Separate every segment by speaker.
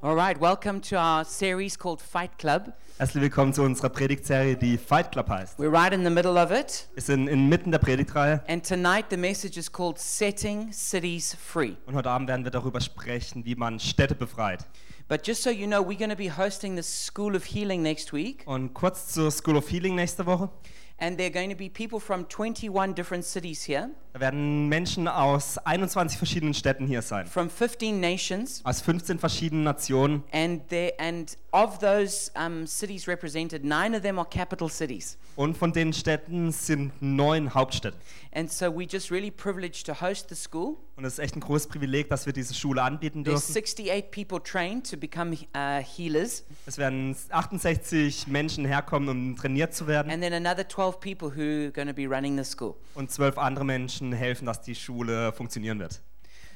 Speaker 1: All right, welcome to our series called Fight Club.
Speaker 2: Herzlich willkommen zu unserer Predigtserie, die Fight Club heißt.
Speaker 1: We're right in the middle of it,
Speaker 2: Wir sind inmitten der Predigtreihe
Speaker 1: and tonight the message is called Setting Cities Free.
Speaker 2: und heute Abend werden wir darüber sprechen, wie man Städte befreit.
Speaker 1: But just so you know, we're going to be hosting the School of Healing next week,
Speaker 2: Und kurz zur School of Healing nächste Woche.
Speaker 1: and there are going to be people from 21 different cities here,
Speaker 2: Da werden Menschen aus 21 verschiedenen Städten hier sein.
Speaker 1: from 15 nations,
Speaker 2: Aus 15 verschiedenen Nationen.
Speaker 1: and there and of those um, cities represented, nine of them are capital cities.
Speaker 2: Und von den Städten sind neun Hauptstädte.
Speaker 1: And so we're just really privileged to host the school.
Speaker 2: Und es ist echt ein großes Privileg, dass wir diese Schule anbieten
Speaker 1: There's
Speaker 2: dürfen.
Speaker 1: 68 people trained to become uh, healers.
Speaker 2: Es werden 68 Menschen herkommen, um trainiert zu werden.
Speaker 1: And then another 12 people who are going to be running the school.
Speaker 2: Und zwölf andere Menschen helfen, dass die Schule funktionieren wird.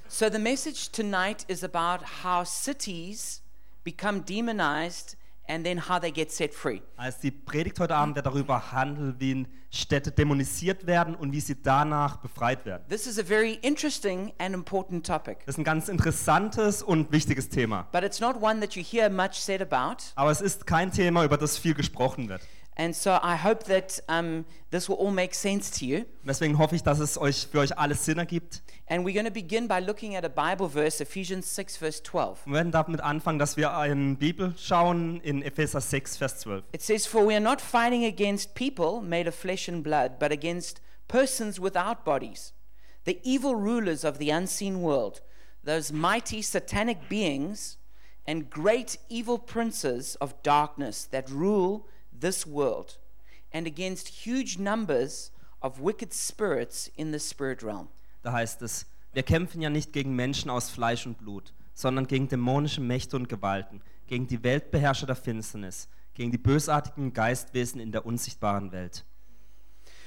Speaker 1: So the message tonight is about how cities become demonized and then how they get set free.
Speaker 2: Als die Predigt heute Abend wird darüber handelt, wie Städte dämonisiert werden und wie sie danach befreit werden.
Speaker 1: This is a very interesting and important topic,
Speaker 2: Das ist ein ganz interessantes und wichtiges Thema.
Speaker 1: but it's not one that you hear much said about.
Speaker 2: Aber es ist kein Thema, über das viel gesprochen wird.
Speaker 1: And so I hope that um, this will all make sense to you.
Speaker 2: Und deswegen hoffe ich, dass es euch für euch alles Sinn ergibt.
Speaker 1: And we're going to begin by looking at a Bible verse, Ephesians 6, verse 12.
Speaker 2: Wir werden damit anfangen, dass wir in Bibel schauen, in Epheser 6, Vers 12.
Speaker 1: It says, For we are not fighting against people made of flesh and blood, but against persons without bodies, the evil rulers of the unseen world, those mighty satanic beings and great evil princes of darkness that rule this world, and against huge numbers of wicked spirits in the spirit realm.
Speaker 2: Da heißt es, wir kämpfen ja nicht gegen Menschen aus Fleisch und Blut, sondern gegen dämonische Mächte und Gewalten, gegen die Weltbeherrscher der Finsternis, gegen die bösartigen Geistwesen in der unsichtbaren Welt.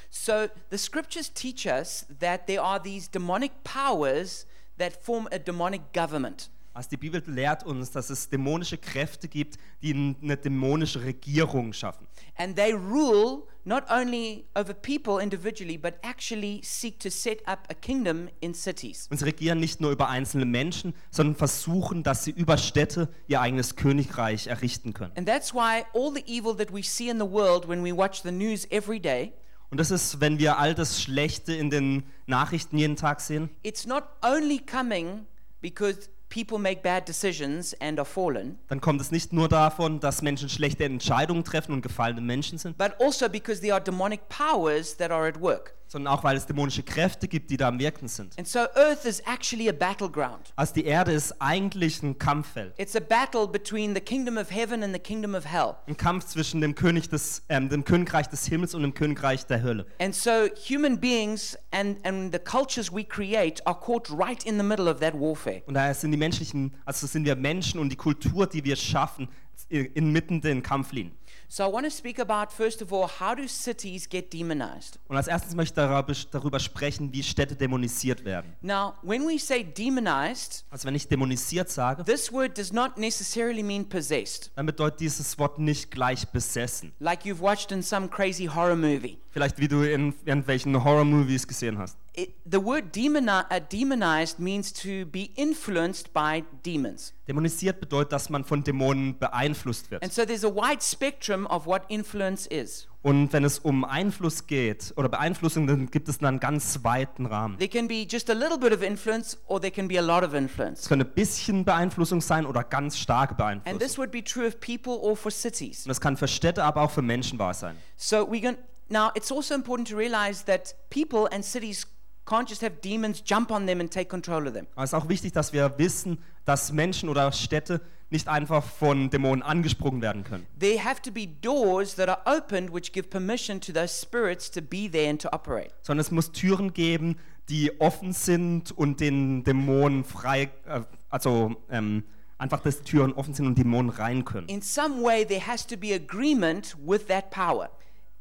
Speaker 1: So the scriptures teach us that there are these demonic powers that form a demonic government.
Speaker 2: Also die Bibel lehrt uns, dass es dämonische Kräfte gibt, die n- eine dämonische Regierung schaffen.
Speaker 1: And they rule not only over people individually, but actually seek to set up a kingdom in cities.
Speaker 2: Und sie regieren nicht nur über einzelne Menschen, sondern versuchen, dass sie über Städte ihr eigenes Königreich errichten können.
Speaker 1: And that's why all the evil that we see in the world when we watch the news every day,
Speaker 2: Und das ist, wenn wir all das Schlechte in den Nachrichten jeden Tag sehen,
Speaker 1: it's not only coming because people make bad decisions and are fallen,
Speaker 2: dann kommt es nicht nur davon, dass Menschen schlechte Entscheidungen treffen und gefallene Menschen sind,
Speaker 1: but also because there are demonic powers that are at work.
Speaker 2: sondern auch, weil es dämonische Kräfte gibt, die da am Wirken sind.
Speaker 1: And so Earth is actually a battleground.
Speaker 2: Also die Erde ist eigentlich ein Kampffeld.
Speaker 1: It's a battle between the kingdom of heaven and the kingdom of hell.
Speaker 2: Ein Kampf zwischen dem, König des, ähm, dem Königreich des Himmels und dem Königreich der Hölle.
Speaker 1: And so human beings and, and the cultures we create are caught right in the middle of that warfare.
Speaker 2: Und daher sind die menschlichen, also sind wir Menschen und die Kultur, die wir schaffen, i- inmitten den Kampflinien.
Speaker 1: So I want to speak about, first of all, how do cities get demonized?
Speaker 2: Und als erstes möchte ich darüber- darüber sprechen, wie Städte dämonisiert werden.
Speaker 1: Now, when we say demonized,
Speaker 2: Also wenn ich dämonisiert sage,
Speaker 1: this word does not necessarily mean possessed,
Speaker 2: dann bedeutet dieses Wort nicht gleich besessen.
Speaker 1: like you've watched in some crazy horror movie.
Speaker 2: Vielleicht wie du in irgendwelchen Horror-Movies gesehen hast.
Speaker 1: It, the word demoni- uh, demonized means to be influenced by demons.
Speaker 2: Dämonisiert bedeutet, dass man von Dämonen beeinflusst wird.
Speaker 1: And so there's a wide spectrum of what influence is.
Speaker 2: Und wenn es um Einfluss geht oder Beeinflussung, dann gibt es einen ganz weiten Rahmen.
Speaker 1: There can be just a little bit of influence, or there can be a lot of influence.
Speaker 2: Es kann ein bisschen Beeinflussung sein oder ganz starke Beeinflussung.
Speaker 1: And this would be true of people or for cities.
Speaker 2: Und das kann für Städte, aber auch für Menschen wahr sein.
Speaker 1: So we can now it's also important to realize that people and cities can't just have demons jump on them and take control of them.
Speaker 2: Aber es ist auch wichtig, dass wir wissen, dass Menschen oder Städte nicht einfach von Dämonen angesprungen werden können.
Speaker 1: There have to be doors that are opened which give permission to those spirits to be there and to operate.
Speaker 2: Sondern es muss Türen geben, die offen sind und den Dämonen frei, äh, also ähm, einfach, dass Türen offen sind und Dämonen rein können.
Speaker 1: In some way there has to be agreement with that power.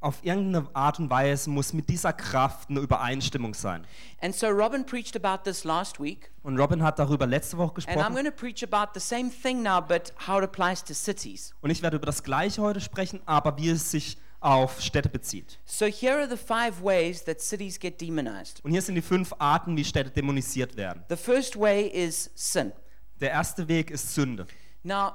Speaker 2: Auf irgendeine Art und Weise muss mit dieser Kraft eine Übereinstimmung sein.
Speaker 1: And so Robin preached about this last week,
Speaker 2: Und Robin hat darüber letzte Woche
Speaker 1: and I'm
Speaker 2: gesprochen.
Speaker 1: going to preach about the same thing now but how it applies to cities.
Speaker 2: Und ich werde über das Gleiche heute sprechen, aber wie es sich auf Städte bezieht.
Speaker 1: So here are the five ways that cities get demonized.
Speaker 2: Und hier sind die fünf Arten, wie Städte dämonisiert werden.
Speaker 1: The first way is sin.
Speaker 2: Der erste Weg ist Sünde.
Speaker 1: Now,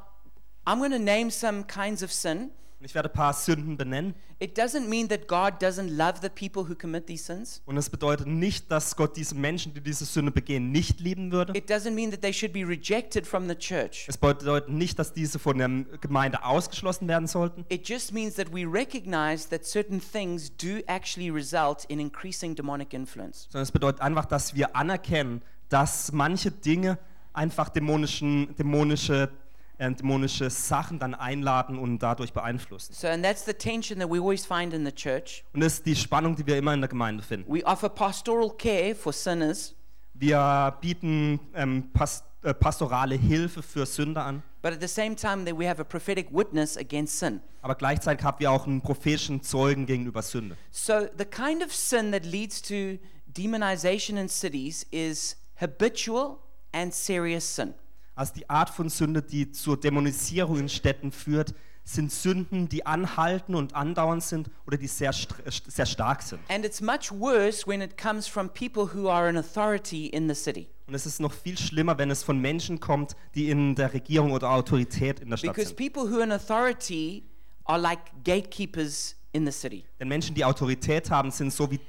Speaker 1: I'm going to name some kinds of sin.
Speaker 2: Und ich werde ein paar Sünden benennen.
Speaker 1: It doesn't mean that God doesn't love the people who commit these sins.
Speaker 2: Und es bedeutet nicht, dass Gott diese Menschen, die diese Sünde begehen, nicht lieben würde.
Speaker 1: It doesn't mean that they should be rejected from the church.
Speaker 2: Es bedeutet nicht, dass diese von der Gemeinde ausgeschlossen werden sollten.
Speaker 1: It just means that we recognize that certain things do actually result in increasing demonic influence.
Speaker 2: sondern es bedeutet einfach, dass wir anerkennen, dass manche Dinge einfach dämonischen, dämonische, äh, dämonische Sachen dann einladen und dadurch beeinflussen.
Speaker 1: So, and that's the tension that we always find in the church.
Speaker 2: Und das ist die Spannung, die wir immer in der Gemeinde finden.
Speaker 1: We offer pastoral care for sinners,
Speaker 2: Wir bieten ähm, pas äh, pastorale Hilfe für Sünder an,
Speaker 1: but at the same time that we have a prophetic witness against sin.
Speaker 2: aber gleichzeitig haben wir auch einen prophetischen Zeugen gegenüber Sünde.
Speaker 1: So, the kind of sin that leads to demonization in cities is habitual and serious sin.
Speaker 2: Also die Art von Sünde, die zur Dämonisierung in Städten führt, sind Sünden, die anhalten und andauernd sind oder die sehr, str- äh, sehr stark sind.
Speaker 1: And it's much worse when it comes from people who are in authority in the city.
Speaker 2: Und es ist noch viel schlimmer, wenn es von Menschen kommt, die in der Regierung oder Autorität in der Stadt
Speaker 1: Because
Speaker 2: sind.
Speaker 1: people who are in authority are like gatekeepers in the city.
Speaker 2: Denn Menschen, die Autorität haben, sind so wie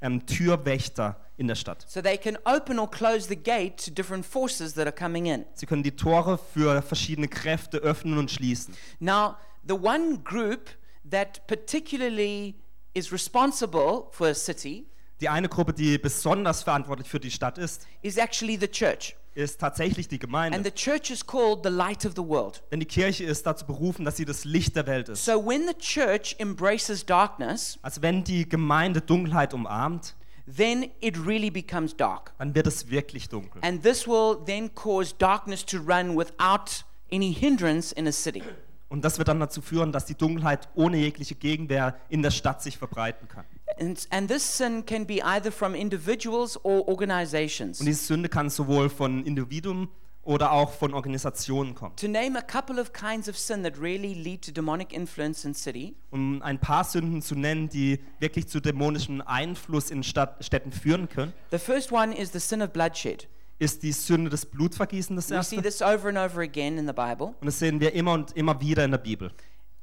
Speaker 2: ähm, Türwächter in der Stadt.
Speaker 1: So they can open or close the gate to different forces that are coming in.
Speaker 2: Sie können die Tore für verschiedene Kräfte öffnen und schließen.
Speaker 1: Now, the one group that particularly is responsible for a city
Speaker 2: Die eine Gruppe, die besonders verantwortlich für die Stadt ist,
Speaker 1: is actually the church.
Speaker 2: ist tatsächlich die
Speaker 1: And
Speaker 2: Gemeinde.
Speaker 1: the church is called the light of the world.
Speaker 2: Denn die Kirche ist dazu berufen, dass sie das Licht der Welt ist.
Speaker 1: So when the church embraces darkness,
Speaker 2: Also wenn die Gemeinde Dunkelheit umarmt,
Speaker 1: then it really becomes dark.
Speaker 2: dann wird es wirklich dunkel.
Speaker 1: And this will then cause darkness to run without any hindrance in a city.
Speaker 2: Und das wird dann dazu führen, dass die Dunkelheit ohne jegliche Gegenwehr in der Stadt sich verbreiten kann.
Speaker 1: And, and this sin can be either from individuals or organizations.
Speaker 2: Und diese Sünde kann sowohl von Individuen oder auch von Organisationen kommen.
Speaker 1: To name a couple of kinds of sin that really lead to demonic influence in city,
Speaker 2: Um ein paar Sünden zu nennen, die wirklich zu dämonischem Einfluss in Stadt, Städten führen können,
Speaker 1: the first one is the sin of bloodshed.
Speaker 2: ist die Sünde des Blutvergießens das
Speaker 1: We see
Speaker 2: erste.
Speaker 1: this over and over again in the Bible.
Speaker 2: Und das sehen wir immer und immer wieder in der Bibel.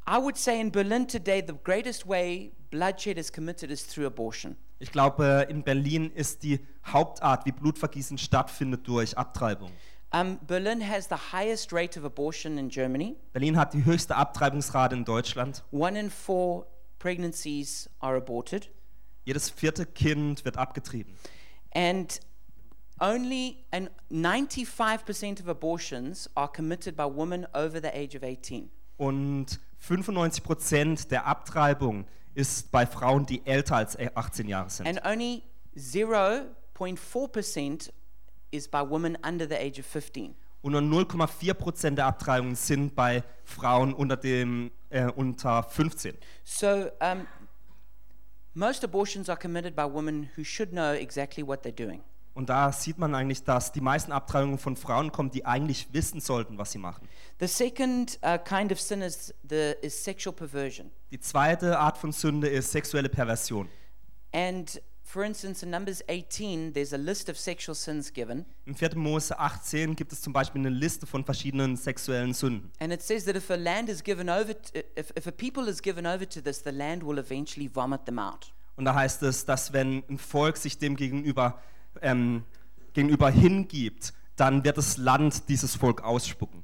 Speaker 1: I would say in Berlin today, the greatest way bloodshed is committed is through abortion.
Speaker 2: Ich glaube, äh, in Berlin ist die Hauptart, wie Blutvergießen stattfindet, durch Abtreibung.
Speaker 1: Um, Berlin has the highest rate of abortion in Germany.
Speaker 2: Berlin hat die höchste Abtreibungsrate in Deutschland.
Speaker 1: One in four pregnancies are aborted.
Speaker 2: Jedes vierte Kind wird abgetrieben.
Speaker 1: And only and 95% of abortions are committed by women over the age of 18.
Speaker 2: Und 95 Prozent der Abtreibung ist bei Frauen, die älter als 18 Jahre sind.
Speaker 1: And only 0.4% is by women under the age of 15.
Speaker 2: Und nur 0,4 Prozent der Abtreibungen sind bei Frauen unter, dem, äh, unter 15.
Speaker 1: So um, most abortions are committed by women who should know exactly what they're doing.
Speaker 2: Und da sieht man eigentlich, dass die meisten Abtreibungen von Frauen kommen, die eigentlich wissen sollten, was sie machen.
Speaker 1: The second uh, kind of sin is, the, is sexual perversion.
Speaker 2: Die zweite Art von Sünde ist sexuelle Perversion.
Speaker 1: And for instance, in Numbers 18, there's a list of sexual sins given.
Speaker 2: Im 4. Mose 18 gibt es zum Beispiel eine Liste von verschiedenen sexuellen Sünden.
Speaker 1: And it says that if a land is given over, to, if, if a people is given over to this, the land will eventually vomit them out.
Speaker 2: Und da heißt es, dass wenn ein Volk sich dem gegenüber, ähm, gegenüber hingibt, dann wird das Land dieses Volk ausspucken.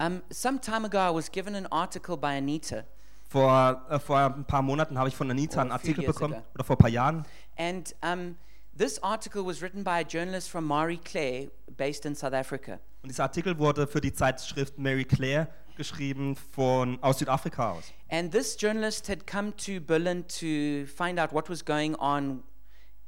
Speaker 1: Um, some time ago, I was given an article by Anita,
Speaker 2: Vor, äh, vor ein paar Monaten habe ich von Anita
Speaker 1: Or
Speaker 2: einen
Speaker 1: a few
Speaker 2: Artikel
Speaker 1: years
Speaker 2: bekommen,
Speaker 1: ago.
Speaker 2: oder vor ein paar Jahren.
Speaker 1: and um, this article was written by a journalist from Marie Claire, based in South Africa.
Speaker 2: Und dieser Artikel wurde für die Zeitschrift Mary Claire geschrieben von, aus Südafrika aus.
Speaker 1: And this journalist had come to Berlin to find out what was going on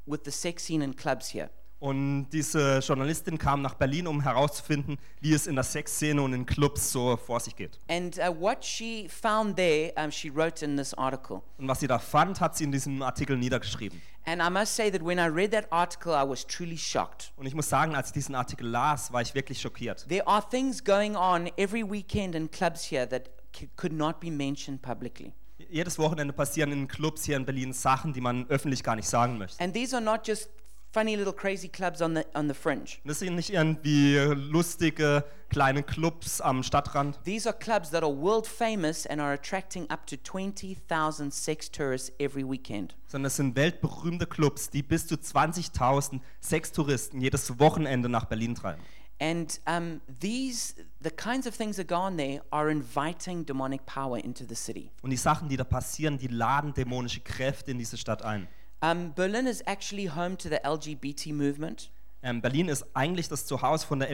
Speaker 1: with the sex scene in clubs here.
Speaker 2: Und diese Journalistin kam nach Berlin, um herauszufinden, wie es in der Sexszene und in Clubs so vor sich geht.
Speaker 1: And uh, what she found there, um, she wrote in this article.
Speaker 2: Und was sie da fand, hat sie in diesem Artikel niedergeschrieben.
Speaker 1: And I must say that when I read that article, I was truly shocked.
Speaker 2: Und ich muss sagen, als ich diesen Artikel las, war ich wirklich schockiert.
Speaker 1: There are things going on every weekend in clubs here that c- could not be mentioned publicly.
Speaker 2: Jedes Wochenende passieren in Clubs hier in Berlin Sachen, die man öffentlich gar nicht sagen möchte.
Speaker 1: And these are not just funny little crazy clubs on the, on the fringe.
Speaker 2: Das sind nicht irgendwie lustige kleine Clubs am Stadtrand.
Speaker 1: These are clubs that are world famous and are attracting up to 20,000 sex tourists every weekend.
Speaker 2: sondern es sind weltberühmte Clubs, die bis zu 20.000 Sextouristen jedes Wochenende nach Berlin treiben.
Speaker 1: And um, these, the kinds of things that go on there are inviting demonic power into the city.
Speaker 2: Und die Sachen, die da passieren, die laden dämonische Kräfte in diese Stadt ein.
Speaker 1: Um, Berlin is actually home to the LGBT movement.
Speaker 2: Ähm, Berlin ist eigentlich das Zuhause von der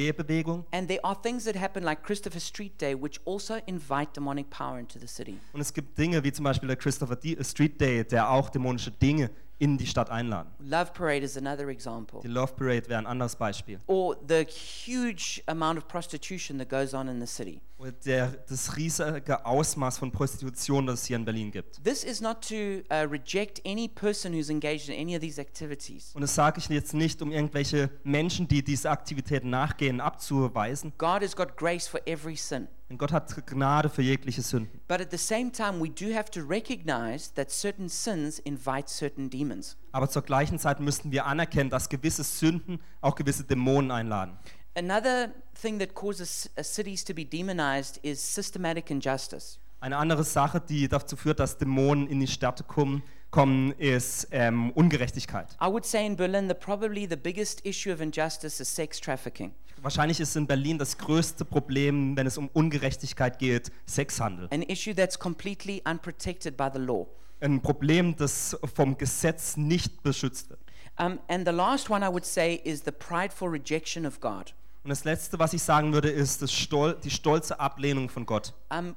Speaker 2: LGBT-Bewegung
Speaker 1: And there are things that happen like Christopher Street Day, which also invite demonic power into the city.
Speaker 2: und es gibt Dinge wie zum Beispiel der Christopher D Street Day, der auch dämonische Dinge in die Stadt einladen.
Speaker 1: Love Parade is another example.
Speaker 2: Die Love Parade wäre ein anderes Beispiel.
Speaker 1: Or the huge amount of prostitution that goes on in the city.
Speaker 2: Oder der, das riesige Ausmaß von Prostitution, das es hier in Berlin gibt.
Speaker 1: This is not to uh, reject any person who's engaged in any of these activities.
Speaker 2: Und das sage ich jetzt nicht, um irgendwelche Menschen, die diese Aktivitäten nachgehen, abzuweisen.
Speaker 1: God has got grace for every sin.
Speaker 2: Denn Gott hat Gnade für jegliche Sünden.
Speaker 1: But at the same time, we do have to recognize that certain sins invite certain demons.
Speaker 2: Aber zur gleichen Zeit müssen wir anerkennen, dass gewisse Sünden auch gewisse Dämonen einladen.
Speaker 1: Another thing that causes uh, cities to be demonized is systematic injustice.
Speaker 2: Eine andere Sache, die dazu führt, dass Dämonen in die Stadt kommen, kommen ist ähm, Ungerechtigkeit.
Speaker 1: I would say in Berlin, the, probably the biggest issue of injustice is sex trafficking.
Speaker 2: Wahrscheinlich ist in Berlin das größte Problem, wenn es um Ungerechtigkeit geht, Sexhandel.
Speaker 1: an issue that's completely unprotected by the law.
Speaker 2: Ein Problem, das vom Gesetz nicht beschützt wird.
Speaker 1: Um, and the last one I would say is the prideful rejection of God.
Speaker 2: Und das Letzte, was ich sagen würde, ist das Stol die stolze Ablehnung von Gott.
Speaker 1: Um,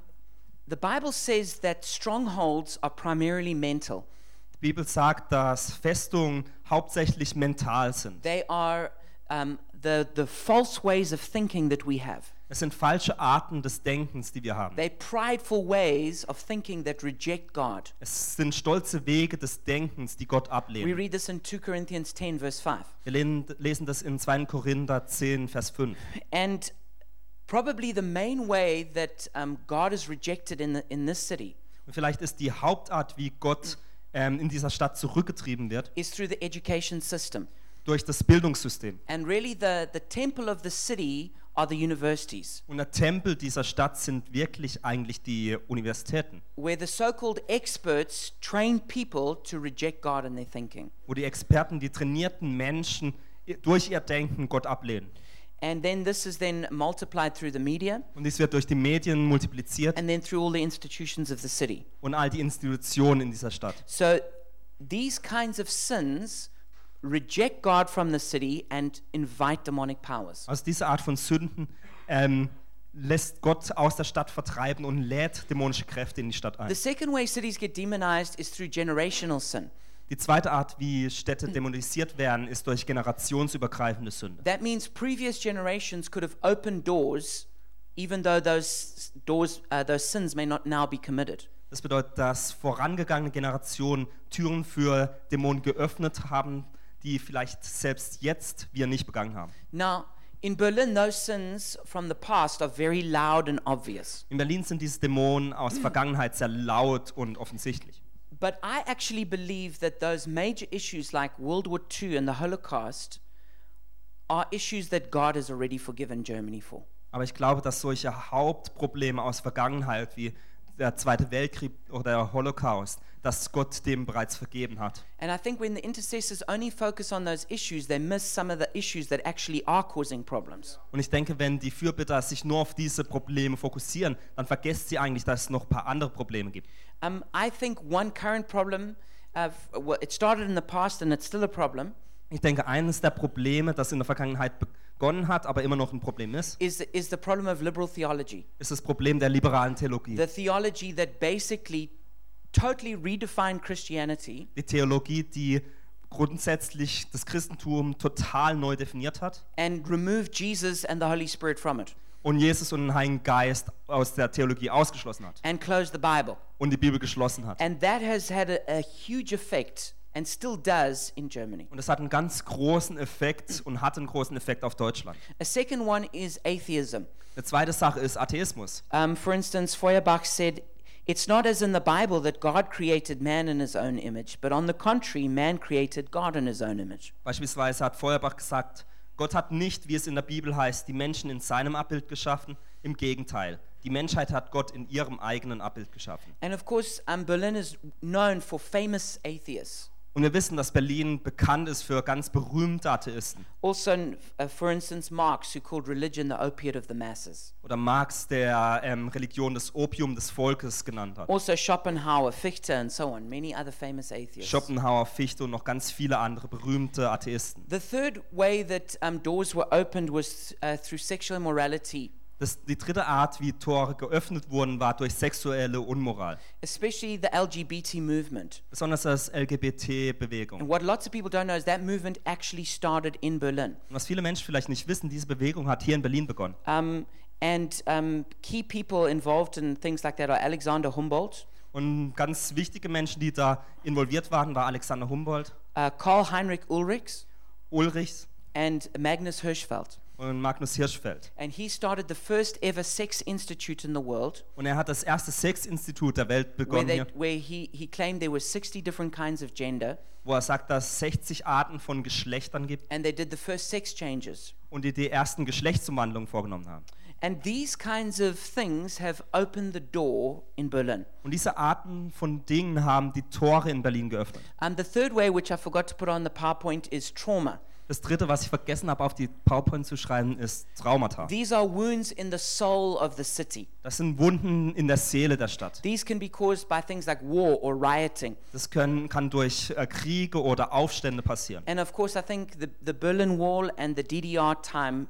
Speaker 1: the Bible says that strongholds are primarily mental.
Speaker 2: Die Bibel sagt, dass Festungen hauptsächlich mental sind.
Speaker 1: They are um, the, the false ways of thinking that we have.
Speaker 2: Es sind falsche Arten des Denkens, die wir haben.
Speaker 1: They prideful ways of thinking that reject God.
Speaker 2: Es sind stolze Wege des Denkens, die Gott
Speaker 1: We
Speaker 2: ablehnen.
Speaker 1: read this in 2 Corinthians 10, verse 5.
Speaker 2: Wir lehnen, lesen das in 2. Korinther 10, Vers 5.
Speaker 1: And probably the main way that um, God is rejected in, the, in this city
Speaker 2: Und vielleicht ist die Hauptart, wie Gott ähm, in dieser Stadt zurückgetrieben wird,
Speaker 1: is through the education system.
Speaker 2: durch das Bildungssystem.
Speaker 1: And really, the, the temple of the city are the universities,
Speaker 2: Und der Tempel dieser Stadt sind wirklich eigentlich die Universitäten,
Speaker 1: where the so called experts train people to reject God in their thinking.
Speaker 2: wo die Experten, die trainierten Menschen i- durch ihr Denken Gott ablehnen.
Speaker 1: And then this is then multiplied through the media
Speaker 2: Und dies wird durch die Medien multipliziert
Speaker 1: and then through all the institutions of the city.
Speaker 2: und all die Institutionen in dieser Stadt.
Speaker 1: So these kinds of sins reject God from the city and invite demonic powers.
Speaker 2: Aus dieser Art von Sünden ähm, lässt Gott aus der Stadt vertreiben und lädt dämonische Kräfte in die Stadt ein.
Speaker 1: The second way cities get demonized is through generational sin.
Speaker 2: Die zweite Art, wie Städte dämonisiert werden, ist durch generationsübergreifende Sünde.
Speaker 1: That means previous generations could have opened doors, even though those doors, uh, those sins may not now be committed.
Speaker 2: Das bedeutet, dass vorangegangene Generationen Türen für Dämonen geöffnet haben, die vielleicht selbst jetzt wir nicht begangen haben.
Speaker 1: Now, in Berlin, those sins from the past are very loud and obvious.
Speaker 2: In Berlin sind diese Dämonen aus Vergangenheit sehr laut und offensichtlich.
Speaker 1: But I actually believe that those major issues like World War II and the Holocaust are issues that God has already forgiven Germany for.
Speaker 2: Aber ich glaube, dass solche Hauptprobleme aus Vergangenheit wie der Zweite Weltkrieg oder der Holocaust, dass Gott dem bereits vergeben hat.
Speaker 1: And I think when the intercessors only focus on those issues, they miss some of the issues that actually are causing problems.
Speaker 2: Und ich denke, wenn die Fürbitter sich nur auf diese Probleme fokussieren, dann vergesst sie eigentlich, dass es noch ein paar andere Probleme gibt.
Speaker 1: Um, I think one current problem, uh, f- well, it started in the past and it's still a problem,
Speaker 2: Ich denke, eines der Probleme, das in der Vergangenheit begonnen hat, aber immer noch ein Problem ist,
Speaker 1: is, is the problem of liberal theology.
Speaker 2: ist das Problem der liberalen Theologie.
Speaker 1: The theology that basically totally redefined Christianity
Speaker 2: Die Theologie, die grundsätzlich das Christentum total neu definiert hat
Speaker 1: and removed Jesus and the Holy Spirit from it
Speaker 2: und Jesus und den Heiligen Geist aus der Theologie ausgeschlossen hat
Speaker 1: and closed the Bible.
Speaker 2: und die Bibel geschlossen hat.
Speaker 1: And that has had a, a huge effect and still does in Germany.
Speaker 2: Und das hat einen ganz großen Effekt und hat einen großen Effekt auf Deutschland.
Speaker 1: A second one is atheism.
Speaker 2: Eine zweite Sache ist Atheismus.
Speaker 1: Um, for instance, Feuerbach said, It's not as in the Bible that God created man in his own image, but on the contrary, man created God in his own image.
Speaker 2: Beispielsweise hat Feuerbach gesagt, Gott hat nicht, wie es in der Bibel heißt, die Menschen in seinem Abbild geschaffen. Im Gegenteil, die Menschheit hat Gott in ihrem eigenen Abbild geschaffen.
Speaker 1: And of course, um, Berlin is known for famous atheists.
Speaker 2: Und wir wissen, dass Berlin bekannt ist für ganz berühmte Atheisten.
Speaker 1: Also, uh, for instance, Marx, who called religion the opiate of the masses.
Speaker 2: Oder Marx, der ähm, Religion des Opium des Volkes genannt hat.
Speaker 1: Also, Schopenhauer, Fichte, and so on, many other famous atheists.
Speaker 2: Schopenhauer, Fichte und noch ganz viele andere berühmte Atheisten.
Speaker 1: the third way that um, doors were opened was uh, through sexual immorality,
Speaker 2: Das, die dritte Art, wie Tore geöffnet wurden, war durch sexuelle Unmoral.
Speaker 1: especially the LGBT movement.
Speaker 2: Besonders das
Speaker 1: And
Speaker 2: LGBT-Bewegung.
Speaker 1: what lots of people don't know is that movement actually started in Berlin.
Speaker 2: Was viele Menschen vielleicht nicht wissen, diese Bewegung hat hier in Berlin begonnen.
Speaker 1: Um, and um, key people involved in things like that are Alexander Humboldt,
Speaker 2: Und ganz wichtige Menschen, die da involviert waren, war Alexander Humboldt,
Speaker 1: uh, Karl Heinrich Ulrichs,
Speaker 2: Ulrichs
Speaker 1: and Magnus Hirschfeld.
Speaker 2: und Magnus Hirschfeld.
Speaker 1: And he started the first ever sex institute in the world
Speaker 2: Und er hat das erste Sexinstitut der Welt
Speaker 1: where,
Speaker 2: begonnen,
Speaker 1: they,
Speaker 2: hier,
Speaker 1: where he, he claimed there were 60 different kinds of gender
Speaker 2: wo er sagt, dass es 60 Arten von Geschlechtern gibt
Speaker 1: and they did the first sex changes.
Speaker 2: und die die ersten Geschlechtsumwandlungen vorgenommen haben.
Speaker 1: And these kinds of things have opened the door in Berlin.
Speaker 2: Und diese Arten von Dingen haben die Tore in Berlin geöffnet.
Speaker 1: Um, the third way, which I forgot to put on the PowerPoint, is trauma.
Speaker 2: Das dritte, was ich vergessen habe, auf die PowerPoint zu schreiben, ist Traumata.
Speaker 1: These are wounds in the soul of the city.
Speaker 2: Das sind Wunden in der Seele der Stadt.
Speaker 1: These can be caused by things like war or rioting.
Speaker 2: Das können, kann durch äh, Kriege oder Aufstände passieren.
Speaker 1: And of course, I think the, the Berlin Wall and the DDR time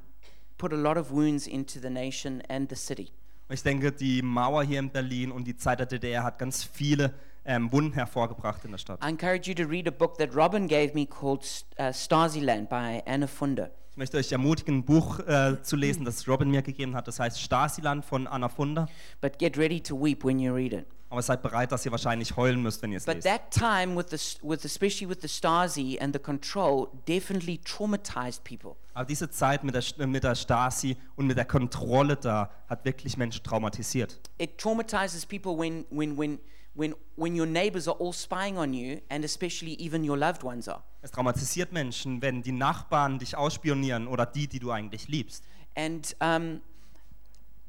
Speaker 1: put a lot of wounds into the nation and the city.
Speaker 2: Und ich denke, die Mauer hier in Berlin und die Zeit der DDR hat ganz viele ähm, Wunden hervorgebracht in der Stadt.
Speaker 1: I encourage you to read a book that Robin gave me called uh, Stasiland by Anna Funder.
Speaker 2: Ich möchte euch ermutigen, ein Buch äh, zu lesen, das Robin mir gegeben hat. Das heißt Stasiland von Anna Funder.
Speaker 1: But get ready to weep when you read it.
Speaker 2: Aber seid bereit, dass ihr wahrscheinlich heulen müsst, wenn ihr es
Speaker 1: But
Speaker 2: lest.
Speaker 1: that time, with the, s- with especially with the Stasi and the control, definitely traumatized people.
Speaker 2: Aber diese Zeit mit der, Sch- äh, mit der Stasi und mit der Kontrolle da hat wirklich Menschen traumatisiert.
Speaker 1: It traumatizes people when, when, when, when, when your neighbors are all spying on you, and especially even your loved ones are.
Speaker 2: Es traumatisiert Menschen, wenn die Nachbarn dich ausspionieren oder die, die du eigentlich liebst.
Speaker 1: And um,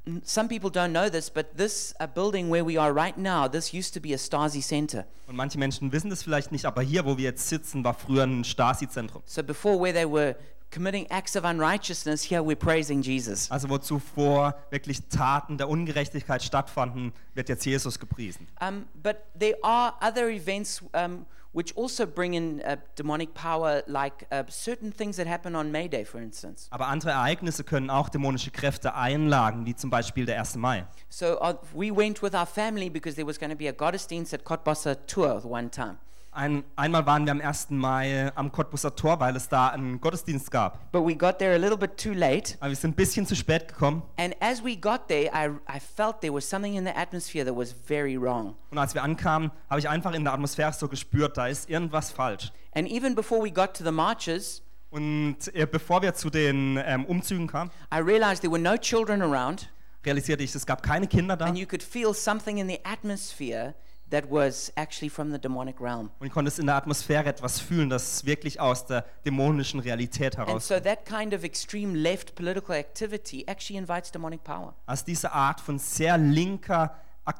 Speaker 1: n- some people don't know this, but this uh, building where we are right now, this used to be a Stasi center.
Speaker 2: Und manche Menschen wissen das vielleicht nicht, aber hier, wo wir jetzt sitzen, war früher ein Stasi-Zentrum.
Speaker 1: So before, where they were committing acts of unrighteousness, here we're praising Jesus.
Speaker 2: Also wo zuvor wirklich Taten der Ungerechtigkeit stattfanden, wird jetzt Jesus gepriesen.
Speaker 1: Um, but there are other events um, which also bring in uh, demonic power, like uh, certain things that happen on May Day, for instance.
Speaker 2: Aber andere Ereignisse können auch dämonische Kräfte einlagen, wie zum Beispiel der 1. Mai.
Speaker 1: So uh, we went with our family because there was going to be a Gottesdienst at Kotbasa tour one time.
Speaker 2: Ein, einmal waren wir am 1. Mai am Cottbusser Tor, weil es da einen Gottesdienst gab.
Speaker 1: But we got there a little bit too late.
Speaker 2: Aber wir sind ein bisschen zu spät gekommen.
Speaker 1: And as we got there, I, I felt there was something in the atmosphere that was very wrong.
Speaker 2: Und als wir ankamen, habe ich einfach in der Atmosphäre so gespürt, da ist irgendwas falsch.
Speaker 1: And even before we got to the marches,
Speaker 2: Und äh, bevor wir zu den ähm, Umzügen kamen,
Speaker 1: I realized there were no children around,
Speaker 2: realisierte ich, es gab keine Kinder da.
Speaker 1: and you could feel something in the atmosphere that was actually from the demonic realm.
Speaker 2: Und ich konnte es in der Atmosphäre etwas fühlen, das wirklich aus der dämonischen Realität
Speaker 1: And
Speaker 2: heraus.
Speaker 1: so that kind of extreme left political activity actually invites demonic power.
Speaker 2: Also diese Art von sehr linker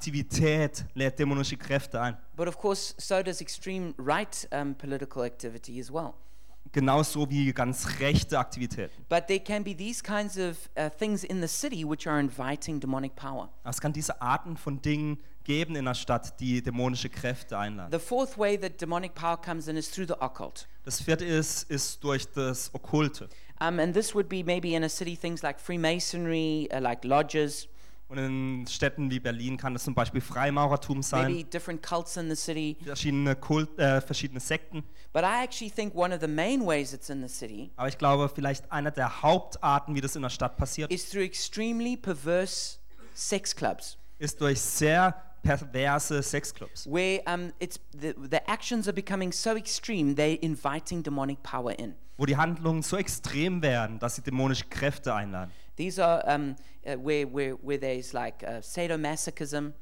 Speaker 2: Aktivität lädt dämonische Kräfte ein.
Speaker 1: But of course, so does extreme right um, political activity as well.
Speaker 2: Genauso wie ganz rechte Aktivitäten.
Speaker 1: But there can be these kinds of uh, things in the city which are inviting demonic power.
Speaker 2: Es kann diese Arten von Dingen geben in der Stadt, die dämonische Kräfte einladen.
Speaker 1: The fourth way that demonic power comes in is through the occult.
Speaker 2: Das vierte ist, ist durch das Okkulte.
Speaker 1: Um, and this would be maybe in a city things like Freemasonry, uh, like lodges,
Speaker 2: Und in Städten wie Berlin kann das zum Beispiel Freimaurertum
Speaker 1: maybe
Speaker 2: sein,
Speaker 1: different cults in the city.
Speaker 2: verschiedene, Kult, äh, verschiedene Sekten.
Speaker 1: But I actually think one of the main ways it's in the city
Speaker 2: Aber ich glaube, vielleicht einer der Hauptarten, wie das in der Stadt passiert,
Speaker 1: is through extremely perverse sex clubs.
Speaker 2: ist durch sehr perverse Sexclubs,
Speaker 1: where um, it's the, the actions are becoming so extreme they're inviting demonic power in
Speaker 2: wo die Handlungen so extrem werden, dass sie dämonische Kräfte einladen.
Speaker 1: these are um, uh, where, where, where there's like uh, sadomasochism